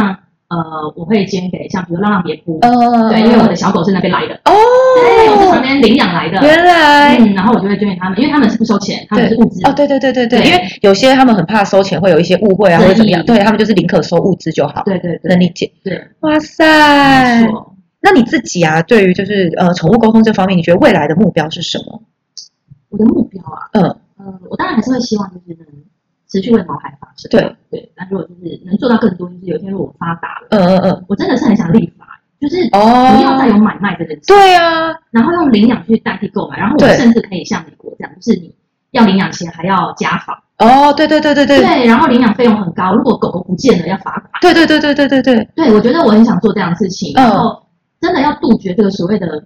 S2: 呃我会捐给像比如浪浪别哭，
S1: 嗯，
S2: 对，因为我的小狗是那边来的，
S1: 哦，
S2: 对，我是从那边领养来的，
S1: 原来。
S2: 嗯，然后我就会捐给他们，因为他们是不收钱，他们是物资，
S1: 哦，对对对对对，因为有些他们很怕收钱，会有一些误会啊，或者怎么样，对他们就是宁可收物资就好，
S2: 对对对
S1: 能理解。
S2: 对，
S1: 哇
S2: 没
S1: 塞，
S2: 错。
S1: 那你自己啊，对于就是呃宠物沟通这方面，你觉得未来的目标是什么？
S2: 我的目标啊，
S1: 嗯，
S2: 呃，我当然还是会希望就是能持续为毛孩发声。啊
S1: 对
S2: 对，那如果就是能做到更多，就是有一天如果我发达了，
S1: 嗯嗯嗯，
S2: 我真的是很想立法，就是
S1: 哦，
S2: 不要再有买卖这件事，
S1: 对啊，
S2: 然后用领养去代替购买，然后我
S1: 对
S2: 们甚至可以像美国这样，就是你要领养前还要家访，
S1: 哦，对对对对对
S2: 对，然后领养费用很高，如果狗狗不见了要罚款。
S1: 对对对对对对对，
S2: 对，我觉得我很想做这样的事情，
S1: 嗯
S2: 然后真的要杜绝这个所谓的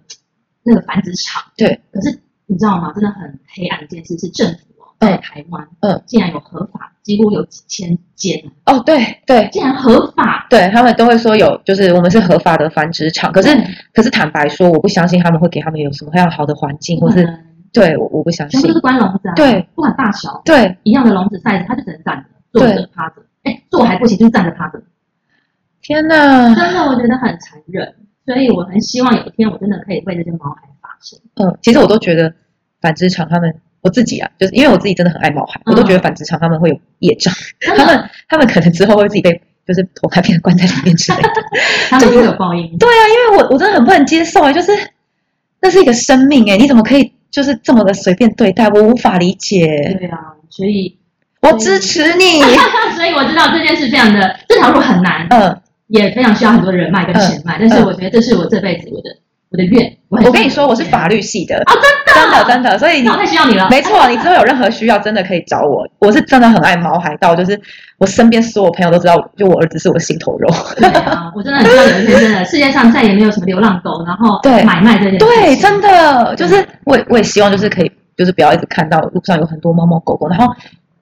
S2: 那个繁殖场。
S1: 对，
S2: 可是你知道吗？真的很黑暗一件事是政府哦，
S1: 嗯
S2: 在台湾，
S1: 嗯，
S2: 竟然有合法，几乎有几千间，啊
S1: 哦对对
S2: 竟然合法。
S1: 对，他们都会说有，就是我们是合法的繁殖场，可是
S2: 嗯
S1: 可是坦白说，我不相信他们会给他们有什么样好的环境，
S2: 不
S1: 或
S2: 可
S1: 是
S2: 能，
S1: 对我我不相
S2: 全部
S1: 信
S2: 都，是关笼子啊，
S1: 对，
S2: 不管大小，
S1: 对，
S2: 一样的笼子 size，它就只能站着、坐
S1: 对
S2: 着、趴着，哎，坐还不行，就是站着趴着，
S1: 天哪，
S2: 真的我觉得很残忍，所以我很希望有一天我真的可以为这些毛孩发声。
S1: 嗯，其实我都觉得繁殖场他们。我自己啊，就是因为我自己真的很爱毛孩，我都觉得繁殖场他们会有业障，
S2: 真
S1: 他
S2: 的，
S1: 们他们可能之后会自己被就是投胎变关在里面之类的。
S2: 他们就会有报应。
S1: 对啊，因为我我真的很不能接受啊，就是那是一个生命哎、你怎么可以就是这么的随便对待？我无法理解。
S2: 对啊，所以
S1: 我
S2: 对
S1: 支持你。 (laughs)
S2: (laughs) 所以我知道这件事非常的这条路很难，
S1: 嗯
S2: 也非常需要很多人脉跟钱脉，但是我觉得这是我这辈子我的我的愿。我很
S1: 我跟你说，我是法律系的
S2: 啊，真
S1: 真的
S2: 的
S1: 真的，所以你
S2: (laughs) 那我太需要你了。
S1: 没错，你之后有任何需要，真的可以找我。我是真的很爱毛孩到，就是我身边所有朋友都知道，就我儿子是我的心头肉。
S2: (laughs) 对啊，我真的很希望有一天，真的世界上再也没有什么流浪狗，然后
S1: 对
S2: 买卖这件事情。
S1: 对，真的就是我也我也希望就是可以，就是不要一直看到路上有很多猫猫狗狗。然后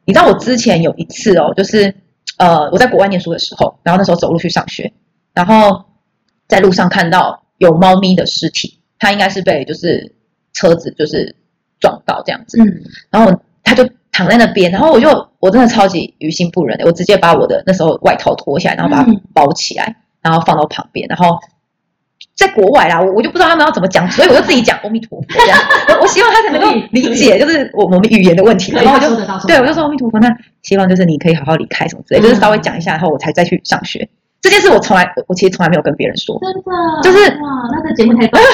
S1: 你知道我之前有一次哦，就是呃我在国外念书的时候，然后那时候走路去上学，然后在路上看到有猫咪的尸体，它应该是被就是车子就是撞到这样子，
S2: 嗯，
S1: 然后他就躺在那边，然后我就我真的超级于心不忍的，我直接把我的那时候外套脱下来，然后把它包起来，然后放到旁边，然后在国外啦，我我就不知道他们要怎么讲，所以我就自己讲阿弥陀佛这样，我我希望他才能够理解，就是我我们语言的问题，
S2: 可以
S1: 然后我
S2: 到
S1: 就
S2: 收得到，收得
S1: 对
S2: 到
S1: 我就说阿弥陀佛，那希望就是你可以好好离开什么之类，就是稍微讲一下，然后我才再去上学。这件事我从来我我其实从来没有跟别人说，
S2: 真的，
S1: 就是
S2: 哇，那这节目太
S1: (laughs)
S2: 棒了，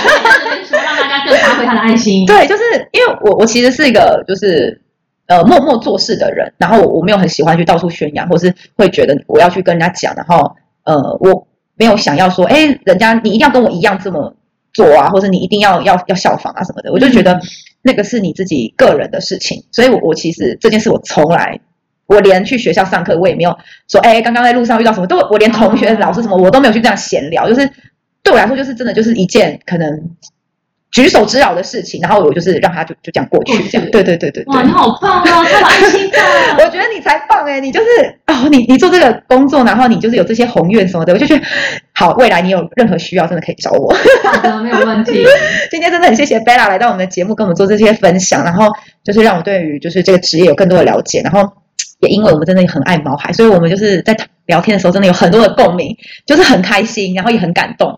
S2: 什么让大家更发挥他的爱心？
S1: 对，就是因为我我其实是一个就是呃默默做事的人，然后我我没有很喜欢去到处宣扬，或是会觉得我要去跟人家讲，然后呃我没有想要说，哎，人家你一定要跟我一样这么做啊，或者你一定要要要效仿啊什么的，我就觉得那个是你自己个人的事情，所以我我其实这件事我从来。我连去学校上课，我也没有说，哎，刚刚在路上遇到什么，都我连同学、老师什么，我都没有去这样闲聊，就是对我来说，就是真的就是一件可能举手之劳的事情，然后我就是让他就就这样过去
S2: 过，去
S1: 这样，对对对对对
S2: 哇，。你好棒哦，太有爱心的。
S1: 我觉得你才棒哎、你就是哦，你你做这个工作，然后你就是有这些宏愿什么的，我就觉得好，未来你有任何需要，真的可以找我。
S2: 好的，没有问题。
S1: 今天真的很谢谢 Bella 来到我们的节目，跟我们做这些分享，然后就是让我对于就是这个职业有更多的了解，然后嘖也因为我们真的很爱毛孩，所以我们就是在聊天的时候真的有很多的共鸣，就是很开心，然后也很感动。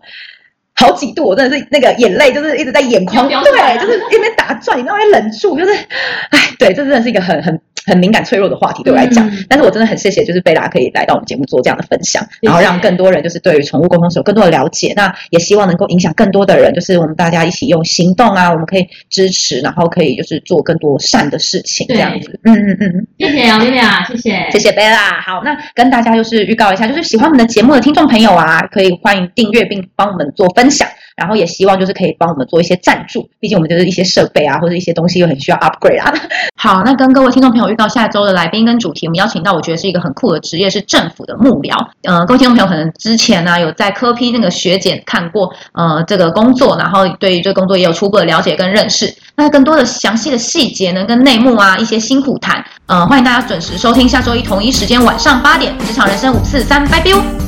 S1: 好几度，我真的是那个眼泪就是一直在眼眶，
S2: 要飙出
S1: 对，
S2: 来了
S1: 就是一边打转，你知道会忍住，就是，哎，对，这真的是一个很很很敏感脆弱的话 (laughs) 题对我来讲。
S2: 嗯
S1: 但是我真的很谢谢，就是贝拉可以来到我们节目做这样的分享，
S2: 谢
S1: 然后让更多人就是对于宠物沟通手有更多的了解。那也希望能够影响更多的人，就是我们大家一起用行动啊，我们可以支持，然后可以就是做更多善的事情，
S2: 对
S1: 这样子。嗯嗯嗯。
S2: 谢谢杨月亮，谢谢，
S1: 谢谢贝拉。好，那跟大家就是预告一下，就是喜欢我们的节目的听众朋友啊，可以欢迎订阅并帮我们做分享，然后也希望就是可以帮我们做一些赞助，毕竟我们就是一些设备啊或者一些东西又很需要 upgrade 啊。 (laughs) 好，那跟各位听众朋友预告下周的来宾跟主题，我们邀请到我觉得是一个很酷的职业，是政府的幕僚。呃，各位听众朋友可能之前呢、有在科批那个学姐看过呃这个工作，然后对于这个工作也有初步的了解跟认识。那更多的详细的细节呢，跟内幕啊一些辛苦谈，呃，欢迎大家准时收听下周一同一时间晚上八点《职场人生五四三》，拜拜哦。